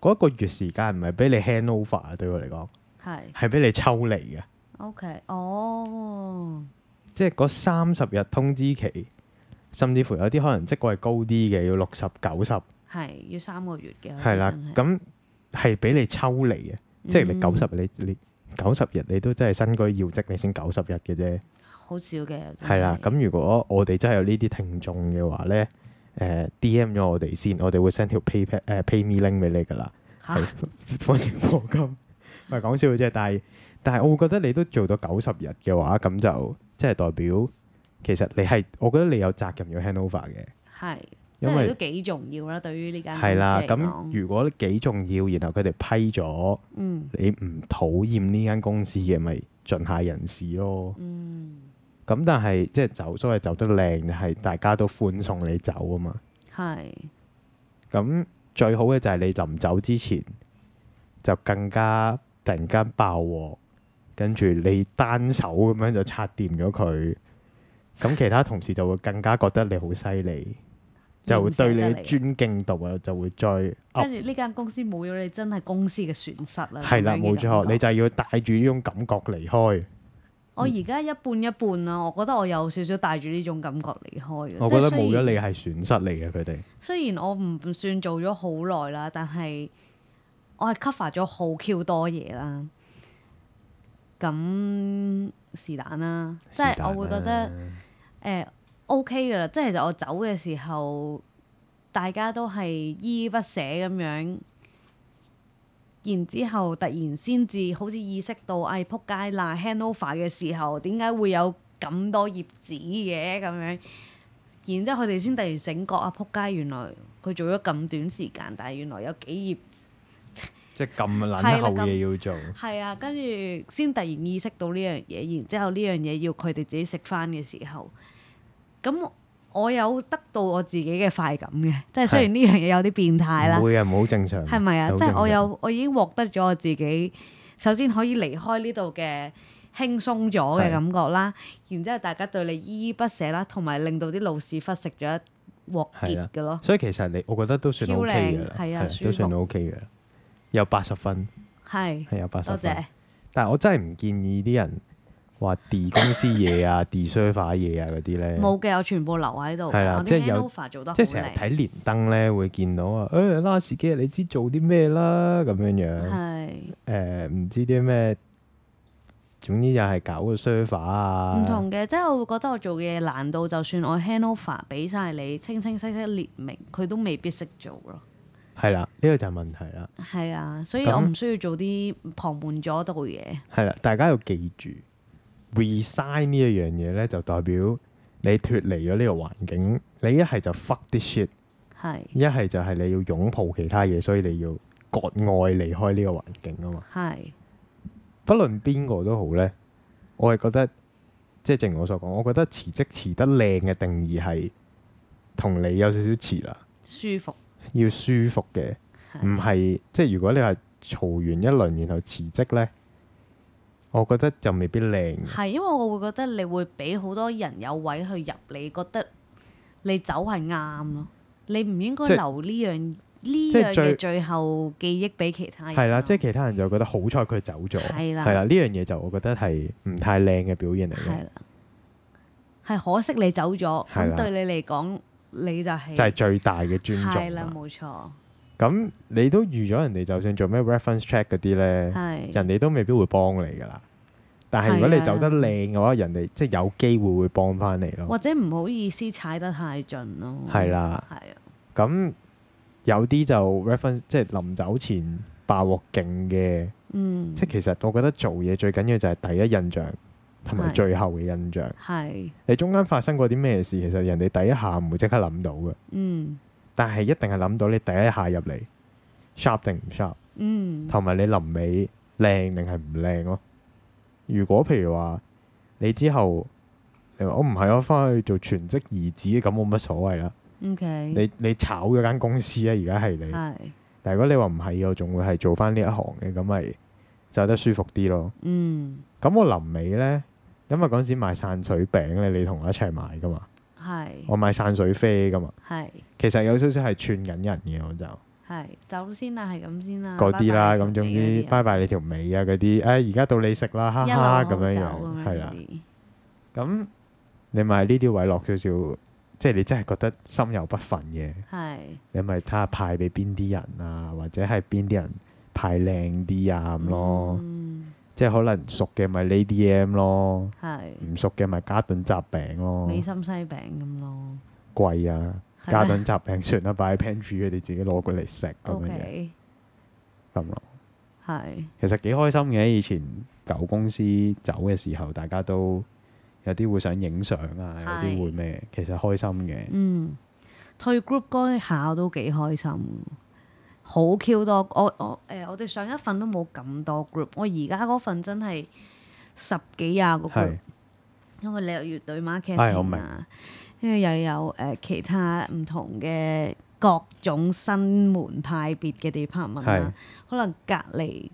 B: 嗰一個月時間唔係俾你 hand over 啊，對我嚟講
A: 係
B: 係俾你抽離嘅，
A: OK，哦
B: 即係嗰三十日通知期，甚至乎有啲可能職位高啲嘅要六十九十，
A: 係要三個月嘅，嗯
B: 係啦，咁係俾你抽離嘅，即係你九十你你九十日你都真係身居要職，你先九十日嘅啫。
A: 好少嘅。
B: 係啦，
A: 真係
B: 咁如果我哋真係有呢啲聽眾嘅話咧，誒、DM 咗我哋先，我哋會 send 條 pay 誒、PayMe link 俾你㗎 啦。
A: 嚇
B: 係歡迎課金，唔係講笑嘅啫。但係但係，我會覺得你都做到九十日嘅話，咁就即係代表其實你係，我覺得你有責任要 hand over 嘅，
A: 係，即
B: 因
A: 係都
B: 為
A: 幾重要啦。對於呢間公司
B: 係啦。
A: 嚟
B: 咁
A: 講
B: 如果幾重要，然後佢哋批咗，
A: 嗯
B: 你唔討厭呢間公司嘅，咪盡下人事咯。
A: 嗯
B: 咁但係即係走，所謂走得靚，係大家都歡送你走啊嘛。
A: 係
B: 咁最好嘅就係你臨走之前就更加突然間爆鑊，跟住你單手咁樣就拆掂咗佢，咁其他同事就會更加覺得你好犀 利，就會對你嘅尊敬度啊就會再 up
A: 跟住呢間公司冇咗你，真係公司嘅損失啦。
B: 係啦，
A: 咁樣嘅
B: 冇錯，
A: 感覺
B: 你就嗯係要帶住呢種感覺離開。
A: 我而家一半一半啦，我覺得我有少少帶住呢種感覺離開嘅。
B: 我覺得
A: 即係
B: 冇
A: 雖然
B: 咗你係損失嚟嘅，佢哋
A: 雖然我唔算做咗好耐啦，但係我係 cover 咗好 Q 多嘢啦。咁是但啦，即係我會覺得
B: 啊
A: 誒、OK 呃噶啦。即係其實我走嘅時候，大家都係依依不捨咁樣，然之後突然先至好似意識到，唉、仆街啦，handover 嘅時候，點解會有咁多頁紙嘅咁樣？然之後佢哋先突然醒覺啊！仆街，原來佢做咗咁短時間，但係原來有幾
B: 即係咁
A: 係
B: 撚
A: 啦
B: 後
A: 咁
B: 嘢要做，
A: 頁，係啊，跟住先突然意識到呢樣嘢，然之後呢樣嘢要佢哋自己食翻嘅時候，咁我有得到我自己嘅快感嘅，即係雖然呢樣嘢有啲變態啦
B: 唔，會啊，唔好正常，
A: 係咪啊？
B: 好
A: 即係我
B: 正常
A: 有我已經獲得咗我自己，首先可以離開呢度嘅輕鬆咗嘅
B: 係
A: 感覺啦，然之後大家對你依依不捨啦，同埋令到啲老屎忽食咗一鑊
B: 係啦
A: 結嘅咯。
B: 所以其實你，我覺得都算
A: 超
B: O K 嘅
A: 靚
B: 啦，
A: 係啊
B: 係
A: 舒
B: 都算
A: 服
B: O K 嘅啦，有八十分，
A: 係，
B: 係有八十
A: 多謝
B: 分。。但係我真係唔建議啲人話 D 公司嘢啊、D server 嘢啊嗰啲咧，
A: 冇啊嘅，我全部留喺度嘅。
B: 係啦
A: 我
B: 即
A: 啲
B: 係有
A: handover 做得好
B: 即係成日
A: 靚，
B: 睇連登咧會見到啊，誒拉士基你知做啲咩啦咁樣樣，
A: 係
B: 誒唔知啲咩，總之又係搞個 server 啊，
A: 唔同嘅。即係我會覺得我做嘅嘢難度，就算我 handover 俾晒你清清晰晰列明，佢都未必識做咯。
B: 係啦，呢個就係問題啦，
A: 係啊，所以
B: 咁
A: 我唔需要做啲旁門左道嘢。
B: 係啦，大家要記住 resign 呢一樣嘢咧，就代表你脱離咗呢個環境，你一係就 fuck 啲 shit。
A: 係
B: 一係就係你要擁抱其他嘢，所以你要割愛離開呢個環境啊嘛。
A: 係
B: 不論邊個都好呢，我係覺得即係正如我所講，我覺得辭職辭得靚嘅定義係同你有少少似啦，
A: 舒服。
B: 要舒服嘅，
A: 係
B: 唔係即係如果你係嘈完一輪然後辭職呢，我覺得就未必靚。
A: 係，因為我會覺得你會俾好多人有位去入，你覺得你走係啱咯。你唔應該
B: 即係
A: 留呢樣呢
B: 即係
A: 樣
B: 最
A: 嘅最後記憶俾其他人咯。
B: 係啦，即係其他人就覺得好彩佢走咗，
A: 啊係啦
B: 係啦，呢樣嘢就我覺得係唔太靚嘅表現嚟
A: 係
B: 嘅，
A: 啦，係可惜你走咗，
B: 係
A: 咁
B: 啦
A: 對你嚟講，你就係
B: 就係最大嘅尊
A: 係
B: 重
A: 啦，
B: 啦。
A: 冇錯，
B: 咁你都預咗人哋就算做咩 reference check 嗰啲咧，
A: 係
B: 人哋都未必會幫你噶啦。但係如果
A: 係啊
B: 你走得靚嘅話，人哋即係有機會會幫翻你咯。
A: 或者唔好意思踩得太盡咯，
B: 係，啦，
A: 係啊，
B: 咁有啲就 reference 即係臨走前爆鑊勁嘅，
A: 嗯，
B: 即係其實我覺得做嘢最緊要就係第一印象同埋
A: 係
B: 最後嘅印象。
A: 係，
B: 你中間發生過啲咩事，其實人哋第一下唔會即刻諗到嘅，
A: 嗯
B: 但係一定係諗到你第一下入嚟 sharp 定唔 sharp。
A: 嗯，
B: 同埋你臨尾靚定係唔靚咯。如果譬如話你之後你話我唔係我翻去做全職兒子咁冇乜所謂啦。
A: ，OK，
B: 你你炒咗間公司啊，而家係你。
A: 係，
B: 但係如果你話唔係，我仲會係做翻呢一行嘅，咁咪走得舒服啲咯。
A: 嗯
B: 咁我臨尾呢，因為嗰陣時買散水餅咧，你同我一齊買噶嘛，
A: 係
B: 我買散水啡噶嘛。
A: 係
B: 其實有少少係串緊人嘅，我就。
A: 係，走先啦，係咁先啦，
B: 嗰啲啦，
A: 啊拜拜
B: 咁總之
A: 你條尾嗰啲啊
B: 拜拜你條尾啊嗰啲，誒而家到你食啦，哈
A: 一
B: 哈
A: 路
B: 咁樣
A: 走
B: 樣，
A: 樣
B: 係啦
A: 嗰。啲
B: 咁你咪喺呢啲位落少少，即係你真係覺得心有不忿嘅，
A: 係
B: 你咪睇下派俾邊啲人啊，或者係邊啲人派靚啲啊咁咯。
A: 嗯
B: 即係可能熟嘅咪 Lady M 咯，
A: 係
B: 唔熟嘅咪加頓雜餅咯，
A: 美心西餅咁咯。
B: 貴啊！
A: 係
B: 加
A: 咩
B: 頓雜餅算啦，擺喺 pantry 佢哋自己攞過嚟食咁
A: O
B: 樣嘢
A: K，
B: 咁咯。
A: 係
B: 其實幾開心嘅，以前舊公司走嘅時候，大家都有啲會想影相啊，有
A: 係
B: 啲會咩，其實開心嘅。
A: 嗯，退 group 嗰一下我都幾開心，好 Q 多我我誒、我哋上一份都冇咁多 group，我而家嗰份真係十幾廿個 group。
B: 係
A: 因為你又要對
B: 係
A: marketing
B: 我明
A: 啊，跟住又有誒、呃其他唔同嘅各種新門派別嘅 department 啦
B: 係，
A: 可能隔離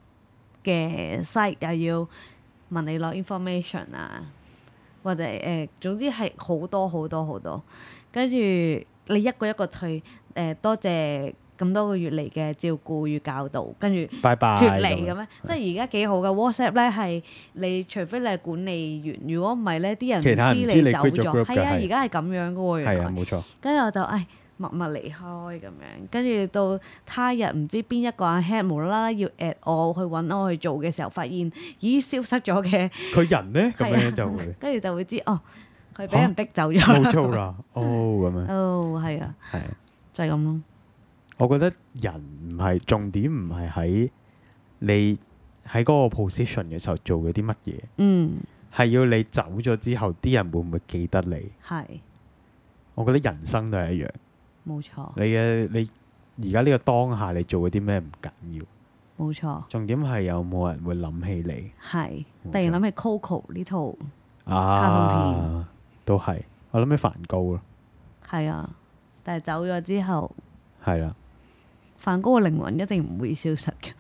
A: 嘅 site 又要問你攞 information 啊，或者誒、呃總之係好多好多好多，跟住你一個一個退誒、呃多謝咁多個月嚟嘅照顧與教導，跟住。
B: 拜拜
A: 脱離咁
B: 樣
A: 樣，即係而家幾好嘅 WhatsApp 咧係你除非你係管理員，如果唔係咧啲人
B: 其他人
A: 唔
B: 唔知你
A: 走
B: quit 咗
A: 咗，
B: group 㗎
A: 係啊，
B: 係
A: 而家係咁樣嘅喎，原
B: 係啊，
A: 來。
B: 冇錯，
A: 跟住我就唉默默離開咁樣，跟住到他日唔知邊一個阿 head 無啦啦要 at 我去揾我去做嘅時候，發現咦消失咗嘅，
B: 佢人呢，咁
A: 係
B: 樣
A: 啊
B: 就會
A: 跟住就會知哦，佢俾人逼走咗
B: 冇
A: 啦。
B: 做啦，哦咁 樣
A: 哦，係啊，
B: 係啊。
A: 就係咁咯。
B: 我覺得人唔係重點，唔係喺你喺嗰個 position 嘅時候做咗啲乜嘢，
A: 嗯，
B: 係要你走咗之後，啲人會唔會記得你？
A: 係
B: 我覺得人生都係一樣，
A: 冇錯，
B: 你嘅你而家呢個當下你做咗啲咩唔緊要，
A: 冇錯，
B: 重點係有冇人會諗起你
A: 係。突然諗起 Coco 呢套，卡通
B: 啊？都係，我諗起梵高咯，
A: 係啊，但係走咗之後。
B: 係啦，
A: 梵高嘅靈魂一定唔會消失嘅，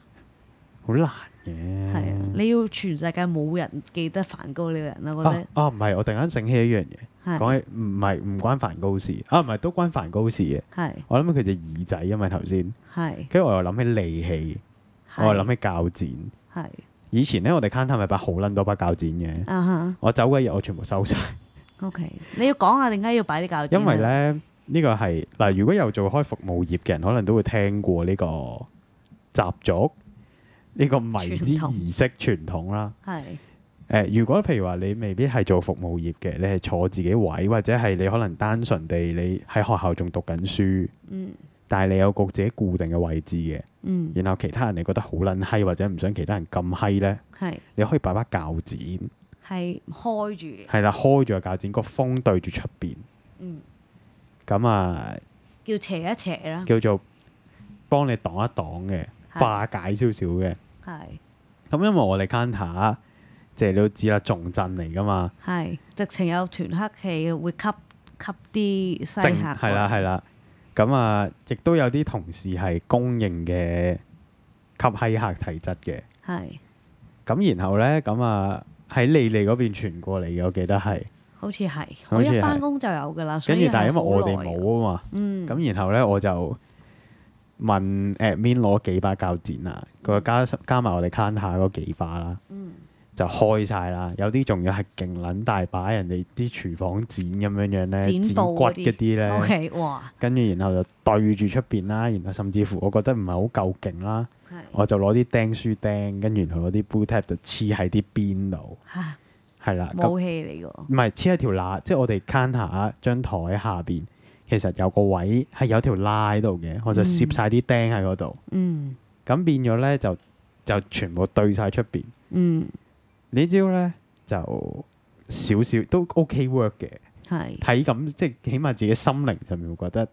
B: 好難
A: 係
B: 嘅。
A: 啊！你要全世界冇人記得梵高呢個人，我覺
B: 啊
A: 得
B: 啊，唔係，我突然間醒起一樣嘢，
A: 係
B: 講起唔係唔關梵高事啊，唔係都關梵高事嘅。
A: 係
B: 我諗佢隻耳仔，因為頭先，
A: 係
B: 跟住我又諗起利器，我又諗起鉸剪。
A: 係
B: 以前咧，我哋 counter 咪擺好撚多把鉸剪嘅。
A: 啊哈
B: 我走嗰日，我全部收晒，
A: OK，你要講啊下點解要擺啲教
B: 因為咧呢個係嗱，如果有做開服務業嘅人，可能都會聽過呢個習俗，呢、個迷之
A: 傳統
B: 儀式傳統啦。
A: 係
B: 誒、如果譬如話你未必係做服務業嘅，你係坐自己位，或者係你可能單純地你喺學校仲讀緊書，
A: 嗯
B: 但係你有個自己固定嘅位置嘅。
A: 嗯
B: 然後其他人你覺得好撚閪或者唔想其他人咁閪呢，
A: 係
B: 你可以擺把鉸剪，
A: 係開住嘅
B: 係啦，開住個鉸剪，個風對住出邊，
A: 嗯
B: 咁啊
A: 叫斜一斜啦，
B: 叫做幫你擋一擋嘅，
A: 嗯係
B: 化解少少嘅。
A: 係
B: 咁因為我哋 counter 即係你都知啦，重鎮嚟噶嘛，
A: 係直情有團黑氣會吸吸啲西
B: 正
A: 客，
B: 係啦係啦，咁啊亦都有啲同事係公認嘅吸閪客體質嘅，
A: 係
B: 咁然後呢，咁啊喺你哋嗰邊傳過嚟嘅，我記得係。
A: 好似係
B: 好
A: 我
B: 似係
A: 一翻工就有噶啦，所
B: 跟住
A: 以
B: 但係
A: 係
B: 因為我哋
A: 好耐
B: 冇啊嘛，
A: 嗯
B: 咁、然後咧我就問 admin 攞幾把鉸剪啦，佢話加加埋我哋 can 下嗰幾把啦，
A: 嗯
B: 就開晒啦，有啲仲要係勁撚大把人哋啲廚房剪咁樣樣咧，
A: 剪
B: 剪
A: 布
B: 骨
A: 嗰啲
B: 嗰啲咧，
A: OK 哇
B: 跟住然後就對住出邊啦，然後甚至乎我覺得唔係好夠勁啦，
A: 係
B: 我就攞啲釘書釘，跟住然後攞啲 blue tape 就黐喺啲邊度，
A: 嚇。
B: 係啦，咁
A: 武器啊嚟㗎
B: 唔係黐喺條罅，即係我哋 can 下張台下邊，其實有個位係有條罅喺度嘅，我就攝晒啲釘喺嗰度，
A: 嗯
B: 咁變咗咧就就全部對晒出邊。
A: 嗯，
B: 呢招咧就少少都 OK work 嘅，
A: 係
B: 睇咁即係起碼自己心靈上面會覺得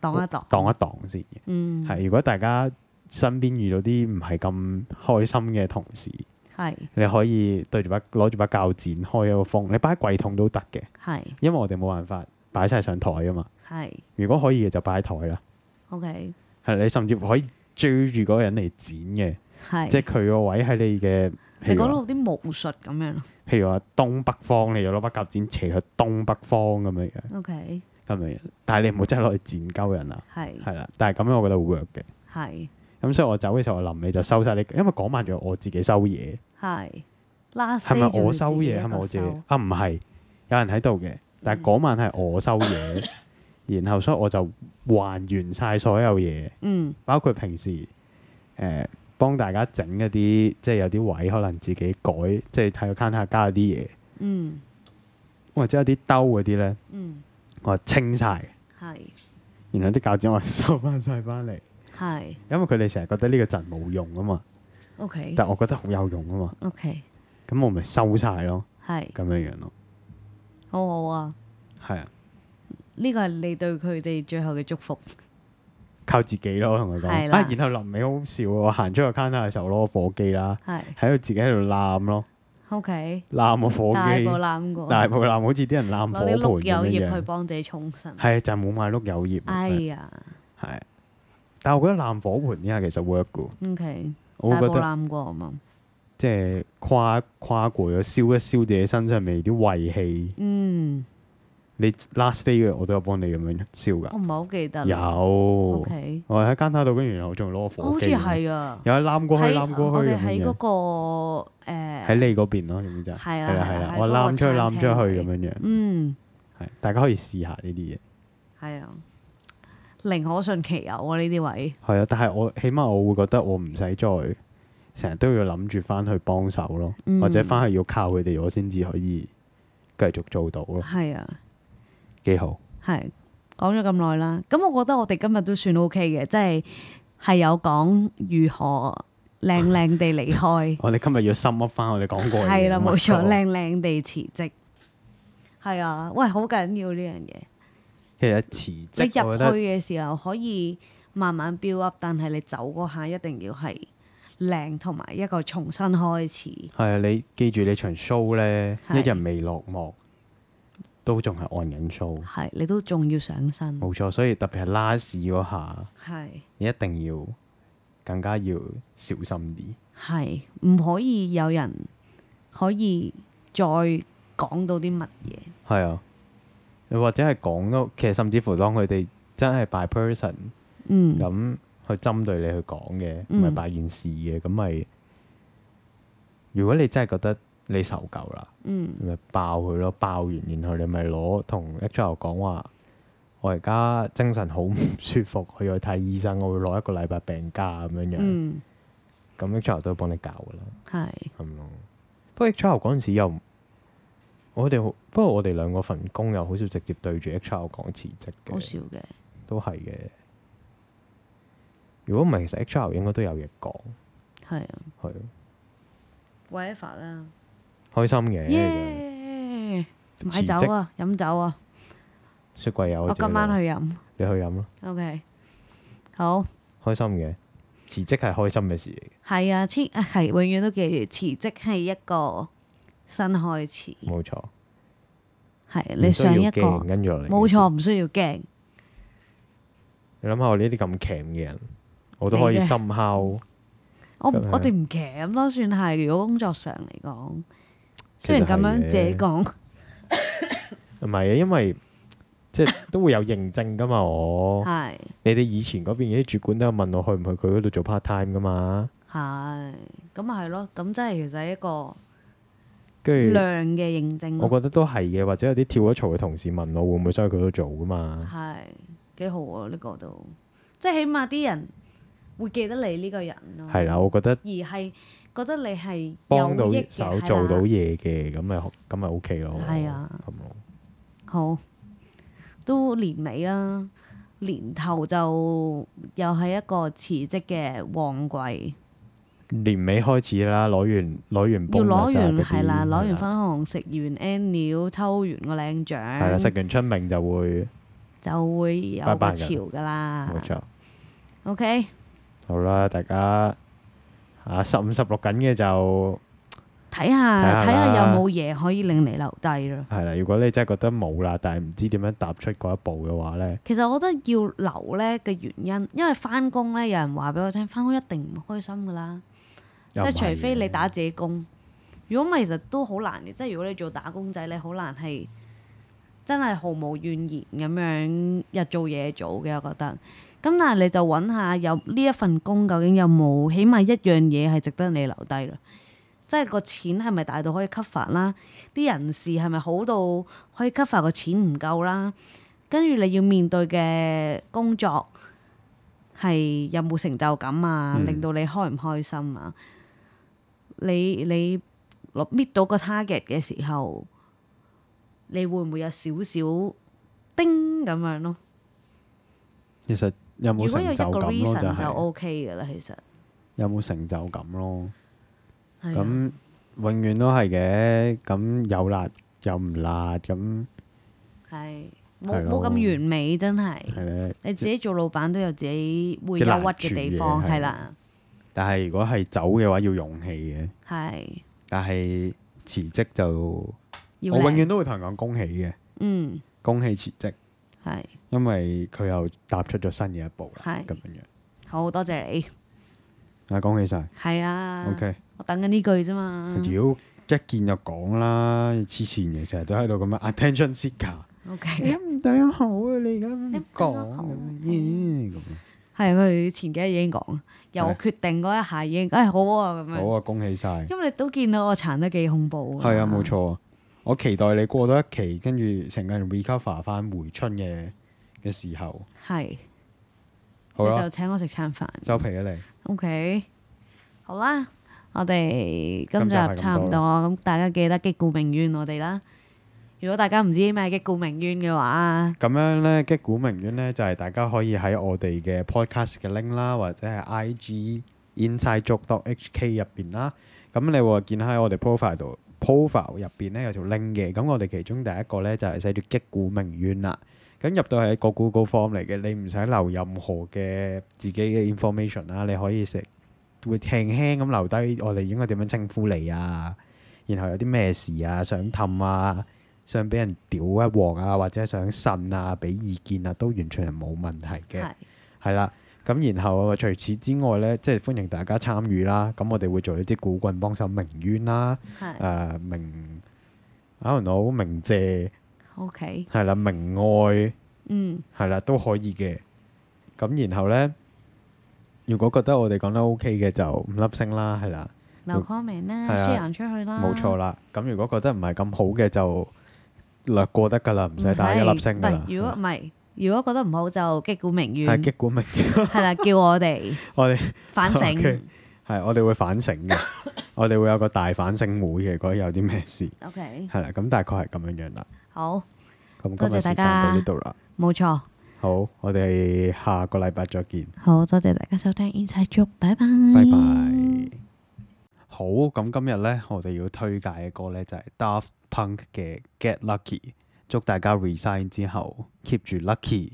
A: 擋一擋，
B: 擋一擋先嘅。
A: 嗯
B: 係、如果大家身邊遇到啲唔係咁開心嘅同事，
A: 係
B: 你可以對住把攞住把鉸剪開一個風，你擺喺櫃桶都得嘅，
A: 係
B: 因為我哋冇辦法擺晒上台啊嘛。
A: 係
B: 如果可以嘅就擺台啦，
A: ，OK
B: 係你甚至乎可以追住嗰個人嚟剪嘅，
A: 係，
B: 即係佢個位喺你嘅，
A: 你
B: 譬如
A: 講
B: 話
A: 到啲武術咁樣咯
B: 譬如話東北方，你就攞把鉸剪斜去東北方咁樣樣，
A: ，OK
B: 咁樣樣。但係你唔好真係攞去剪鳩人啊，
A: 係
B: 係啦。但係咁樣我覺得會 work 嘅。
A: 係
B: 咁所以我走嘅時候，我臨尾就收晒你，因為嗰晚仲有我自己收嘢，
A: 係 last
B: 係
A: day
B: 咪
A: 仲要
B: 我
A: 自
B: 收
A: 己一
B: 嘢？
A: 個
B: 係咪我自己
A: 收？
B: 啊？唔係，有人喺度嘅，但係嗰晚係我 收嘢，然後所以我就還原晒所有嘢。
A: 嗯
B: 包括平時誒、呃幫大家整一啲，即係有啲位可能自己改，即係喺個 counter 加咗啲嘢，
A: 嗯
B: 或者有啲兜嗰啲咧，
A: 嗯，
B: 我係清晒，
A: 係
B: 然後啲教紙我係收翻晒翻嚟，
A: 係
B: 因為佢哋成日覺得呢個陣冇用啊嘛，
A: ，OK
B: 但我覺得好有用啊嘛，
A: OK，
B: 咁我咪收晒咯，
A: 係
B: 咁樣樣咯，
A: 好好啊！
B: 係啊，
A: 呢個係你對佢哋最後嘅祝福，
B: 靠自己咯，同佢講
A: 係
B: 啊，
A: 啦
B: 然後臨尾好好笑喎，我行出個 counter 嘅時候攞個火機啦，
A: 係
B: 喺度自己喺度攬咯，
A: OK，
B: 攬個火
A: 大
B: 機
A: 步，攬過，
B: 大步攬好似啲人攬
A: 攞啲碌
B: 火盆
A: 柚
B: 咁
A: 葉去
B: 樣樣，
A: 幫自己沖身。
B: 係就係冇買碌柚葉，啊
A: 哎呀
B: 係，但我覺得攬火盆呢下其實 work 嘅，
A: ，OK，
B: 我
A: 大
B: 會
A: 步
B: 覺得
A: 攬過啊嘛，
B: 即係跨跨過咗，燒一燒自己身上面啲胃氣。
A: 嗯，
B: 你 last day 嘅我都有幫你咁樣燒
A: 我
B: 㗎，
A: 唔係好記得啦。
B: 有
A: OK，
B: 我喺間攤度，跟住然後仲攞個火
A: 好似
B: 機咁樣，
A: 係啊，
B: 有喺攬過去
A: 喺
B: 攬過
A: 我
B: 去
A: 哋
B: 咁
A: 喺
B: 樣
A: 嗰，個
B: 喺
A: 誒，
B: 你嗰邊咯，咁就
A: 係啦
B: 係啦
A: 係
B: 係
A: 啦
B: 啦
A: 喺，
B: 我
A: 嗰個
B: 攬出去攬出去
A: 餐廳
B: 咁樣樣，
A: 嗯。
B: 係大家可以試下呢啲嘢，
A: 係啊，寧可信其有啊呢啲位，
B: 係啊，但係我起碼我會覺得我唔使再成日都要諗住翻去幫手咯，
A: 嗯
B: 或者翻去要靠佢哋，我先至可以繼續做到咯，
A: 係啊，
B: 幾好。
A: 係講咗咁耐啦，咁我覺得我哋今日都算 OK 嘅，即係係有講如何靚靚地離 開，
B: 我哋今日要深噏翻我哋講過嘅嘢
A: 係啦冇錯，
B: Oh my god
A: 靚靚地辭職，係啊，喂，好緊要呢樣嘢，
B: 其
A: 你
B: 實辭職，
A: 入
B: 我覺
A: 去
B: 得
A: 嘅時候可以慢慢 build up，但係你走嗰下一定要係靚同埋一個重新開始，
B: 係啊，你記住你場 show 咧，一
A: 係
B: 日未落幕，都仲係按緊 show，
A: 係你都仲要上身，
B: 冇錯。所以特別係拉屎嗰下，
A: 係。
B: 你一定要更加要小心啲。
A: 係唔可以有人可以再講到啲乜嘢？
B: 係啊，又或者係講到，其實甚至乎當佢哋真係 by person
A: 嗯，
B: 咁去針對你去講嘅，唔
A: 嗯
B: 係 by 件事嘅，咁咪如果你真係覺得你受夠啦。
A: 嗯，
B: 咪爆佢咯，爆完然後你咪攞同 HR 講話，我而家精神好唔舒服，我要去睇醫生，我會攞一個禮拜病假咁樣樣，咁、
A: 嗯，
B: HR 都會幫你搞噶啦，
A: 係，
B: 咁咯。不過 HR 嗰陣時又唔，我哋好不過我哋兩個份工又好少直接對住 HR 講辭職
A: 好
B: 嘅，
A: 少嘅，
B: 都係嘅。如果唔係，其實 HR 應該都有嘢講，
A: 係啊
B: 係
A: w h a 啦，
B: 開心嘅。其實
A: 耶！買
B: 辭
A: 酒
B: 職
A: 啊，飲酒啊，
B: 雪櫃有，
A: 我今晚，去飲。
B: 你去飲啦，
A: OK，好，
B: 開心嘅。辭職係開心嘅事嚟嘅。
A: 係啊，辭啊係永遠都記住辭職係一個新開始，
B: 冇錯，
A: 係
B: 唔
A: 你
B: 需要
A: 上一個
B: 驚跟住落嚟，
A: 冇錯，。唔需要驚，
B: 你諗下我呢啲咁鉗嘅人，我都可以
A: 你嘅
B: 深敲。
A: 我唔
B: 咁樣
A: 我哋唔鉗咯，算係如果工作上嚟講，雖然咁樣
B: 其實
A: 自
B: 係嘅
A: 己講，
B: 唔係啊，因為即係都會有認證噶嘛。我
A: 係
B: 你哋以前嗰邊啲主管都有問我去唔去佢嗰度做 part time 噶嘛，
A: 係咁啊咪係咯，咁真係其實係一個
B: 跟住
A: 量嘅認證
B: 我
A: 咯，
B: 覺得都係嘅，或者有啲跳咗槽嘅同事問我會唔會想去佢嗰度做噶嘛。
A: 係幾好啊！呢個都即係起碼啲人會記得你呢個人咯，
B: 係啦，我覺得
A: 而係覺得你係
B: 幫到
A: 有益嘅
B: 手
A: 係啦
B: 做到嘢嘅，咁咪咁咪 OK 咯。
A: 係啊
B: 咁咯，
A: 好，都年尾啦，年頭就又係一個辭職嘅旺季。
B: 年尾開始啦，攞完攞完
A: 要
B: bonus
A: 攞
B: 啊
A: 完
B: 嗰啲
A: 係啦，攞
B: 係
A: 完分紅，食完 N 料，抽完個靚
B: 係啦，食
A: 獎，
B: 完春明就會
A: 就會有
B: 拜拜
A: 個
B: 㗎
A: 潮噶啦
B: 冇。錯。
A: OK，
B: 好啦，大家啊十五十六緊嘅就
A: 睇
B: 睇下
A: 下
B: 啦
A: 睇下有冇嘢可以令你留低咯。
B: 係啦。如果你真係覺得冇啦，但係唔知點樣踏出嗰一步嘅話咧，
A: 其實我覺得要留咧嘅原因，因為翻工咧有人話俾我聽，翻工一定唔開心噶啦，即
B: 又唔
A: 係
B: 係嘅
A: 除非你打自己工。如果唔係，其實都好難嘅。即係如果你做打工仔，你好難係真係毫無怨言咁樣日做夜做嘅。我覺得。咁但係你就揾下有呢一份工究竟有冇起碼一樣嘢係值得你留低啦，即係個錢係咪大到可以 cover 啦？啲人事係咪好到可以 cover 個錢唔夠啦？跟住你要面對嘅工作係有冇成就感啊，
C: 嗯
A: 令到你開唔開心啊？你你落搣到個 target 嘅時候，你會唔會有少少叮咁樣咯？
B: 其實有冇
A: 如果有
B: 成
A: 一
B: 就
A: 個
B: 感咯，就
A: reason 就
B: 係
A: OK 噶啦，其實
B: 有冇成就感咯。
A: 係啊
B: 咁永遠都係嘅，咁有辣有唔辣，咁
A: 係
B: 係
A: 冇
B: 咯
A: 冇咁完美，真係
B: 係咧。
A: 你自己做老闆都有自己會
B: 嘅
A: 憂
B: 難
A: 鬱嘅地
B: 處嘅
A: 方，
B: 係
A: 係啦，
B: 但係如果係走嘅話，要勇氣嘅。
A: 係
B: 但係辭職就我
A: 要
B: 永
A: 靚
B: 遠都會同人講恭喜嘅，
A: 嗯
B: 恭喜辭職，
A: 係
B: 因為佢又踏出咗新嘅一步啦
A: 係。
B: 咁樣樣
A: 好多謝你，
B: 啊，嗯恭喜晒。
A: 係啊
B: OK，
A: 我等緊呢句啫嘛
B: 屌一見就講啦，黐線嘅，成日都喺度咁樣 attention seeker。
A: ，OK。
B: 你唔對我好啊！你而家唔
A: 講
B: 講啊咁樣，
A: 係佢前幾日已經講，由我
B: 係
A: 決定嗰一下已經，唉、好啊咁
B: 好
A: 樣，
B: 啊，恭喜晒！
A: 因為你都見到我殘得幾恐怖
B: 係啊，冇。錯啊。我期待你過多一期，跟住成個人 recover 翻回春嘅嘅時候，
A: 係，
B: 好啊
A: 你
B: 啦
A: 就，請我食餐飯
B: 收皮啊你，
A: ，OK，好啦，我哋今
B: 今
A: 集
B: 集係咁
A: 差唔多
B: 多
A: 啦，咁大家記得擊鼓鳴冤我哋啦。如果大家唔知咩係擊鼓鳴冤嘅話，
B: 咁樣呢，擊鼓鳴冤呢，就係大家可以喺我哋嘅 podcast 嘅 link 啦，或者係 IG inside joke dot hk 入邊啦。咁你會見喺我哋 profile 度 profile 入邊咧有條 link 嘅。咁我哋其中第一個咧就係寫住擊鼓鳴冤啦。咁入到係一個 Google form 嚟嘅，你唔使留任何嘅自己嘅 information 啦，你可以食會輕輕咁留低我哋應該點樣稱呼你啊，然後有啲咩事啊，想氹啊，想俾人屌一鑊啊，或者想呻啊，俾意見啊，都完全係冇問題嘅。
A: 係
B: 係啦。咁然後除此之外咧，即係歡迎大家參與啦。咁我哋會做呢啲古棍幫手鳴冤啦，誒、
A: 係
B: 明，I don't know，明謝
A: OK，
B: 係啦，明愛
A: 嗯，
B: 係啦，都可以嘅。咁然後咧，如果覺得我哋講得 OK 嘅就五粒星啦，係啦，
A: 留 comment 啦
B: 係啊
A: ，share 出去啦，
B: 冇錯啦。咁如果覺得唔係咁好嘅就略過得㗎啦，唔使打一粒星㗎啦
A: 唔。係如果唔係，如果覺得唔好就擊鼓鳴
B: 係
A: 冤，
B: 擊鼓鳴冤，
A: 係啦，叫我哋。
B: 我哋。
A: 反省
B: OK。係，我哋會反省 嘅，我哋會有個大反省會嘅，嗰日有啲咩事，
A: OK，
B: 係啦，咁大概係咁樣樣啦。
A: 好，
B: 咁
A: 嗯多謝
B: 今日時
A: 大
B: 間
A: 家
B: 到呢度啦，
A: 冇錯，
B: 好，我哋下個禮拜再見，
A: 好多謝大家收聽 Inside Joke，拜拜，
B: 拜拜。好，咁今日呢，我哋要推介嘅歌呢，就係 Daft Punk 嘅 Get Lucky，祝大家 resign 之後 keep 住 lucky。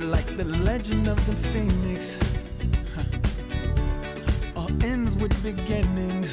D: like the legend of the phoenix. All ends with beginnings.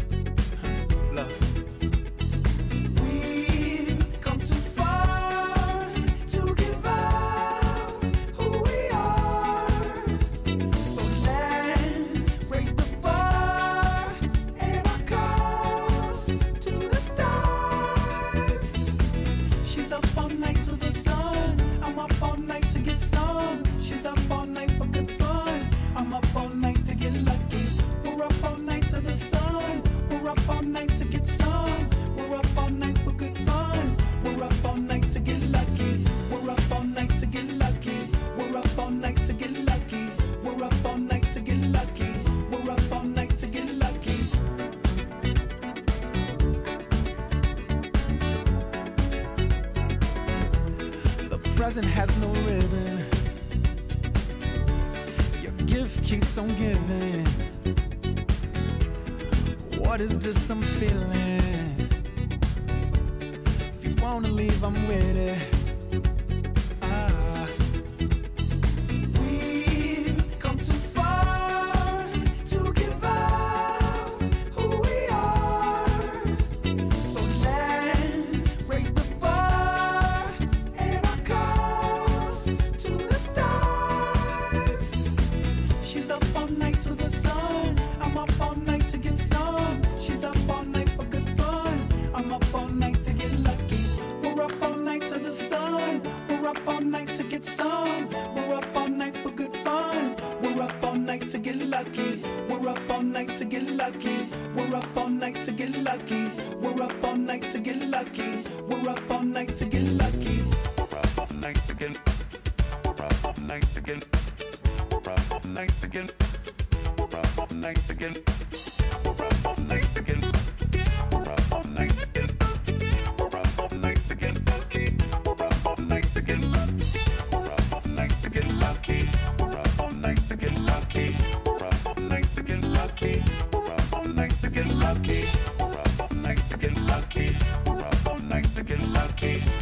D: Look. We've come too far to give up who we are. So let's raise the bar and our cups to the stars. She's up all night to the sun. I'm up all night to get some. She's up all night for good fun. I'm up all night to get lucky. We're up all night to the sun. We're up all night to get some. We're up all night for good fun. We're up all night to get lucky. We're up all night to get lucky. We're up all night to get lucky. We're up all night to get lucky. We're up all night to get lucky. The present has no ribbon. Your gift keeps on giving. What is this I'm feeling? If you wanna leave, I'm with it. Ah. We've come too far to give up who we are. So let's raise the bar and our cups to the stars. She's up all night to the sun. I'm up all night to get some. She's up all night for good fun. I'm up all up all night to get some. We're up all night for good fun. We're up all night to get lucky. We're up all night to get lucky. We're up all night to get lucky. We're up all night to get lucky. We're up all night to get lucky. We're up all night to get We're up all night to get We're up all night to get We're up all night to get We're up all night to get We're up all night to get We're up all night to get lucky. We're up all night to get lucky. We're up all night to get lucky. We're up all night to get lucky. We're up all night to get lucky. We're up all night to get lucky. We're up all night to get lucky. We're up all night to get lucky.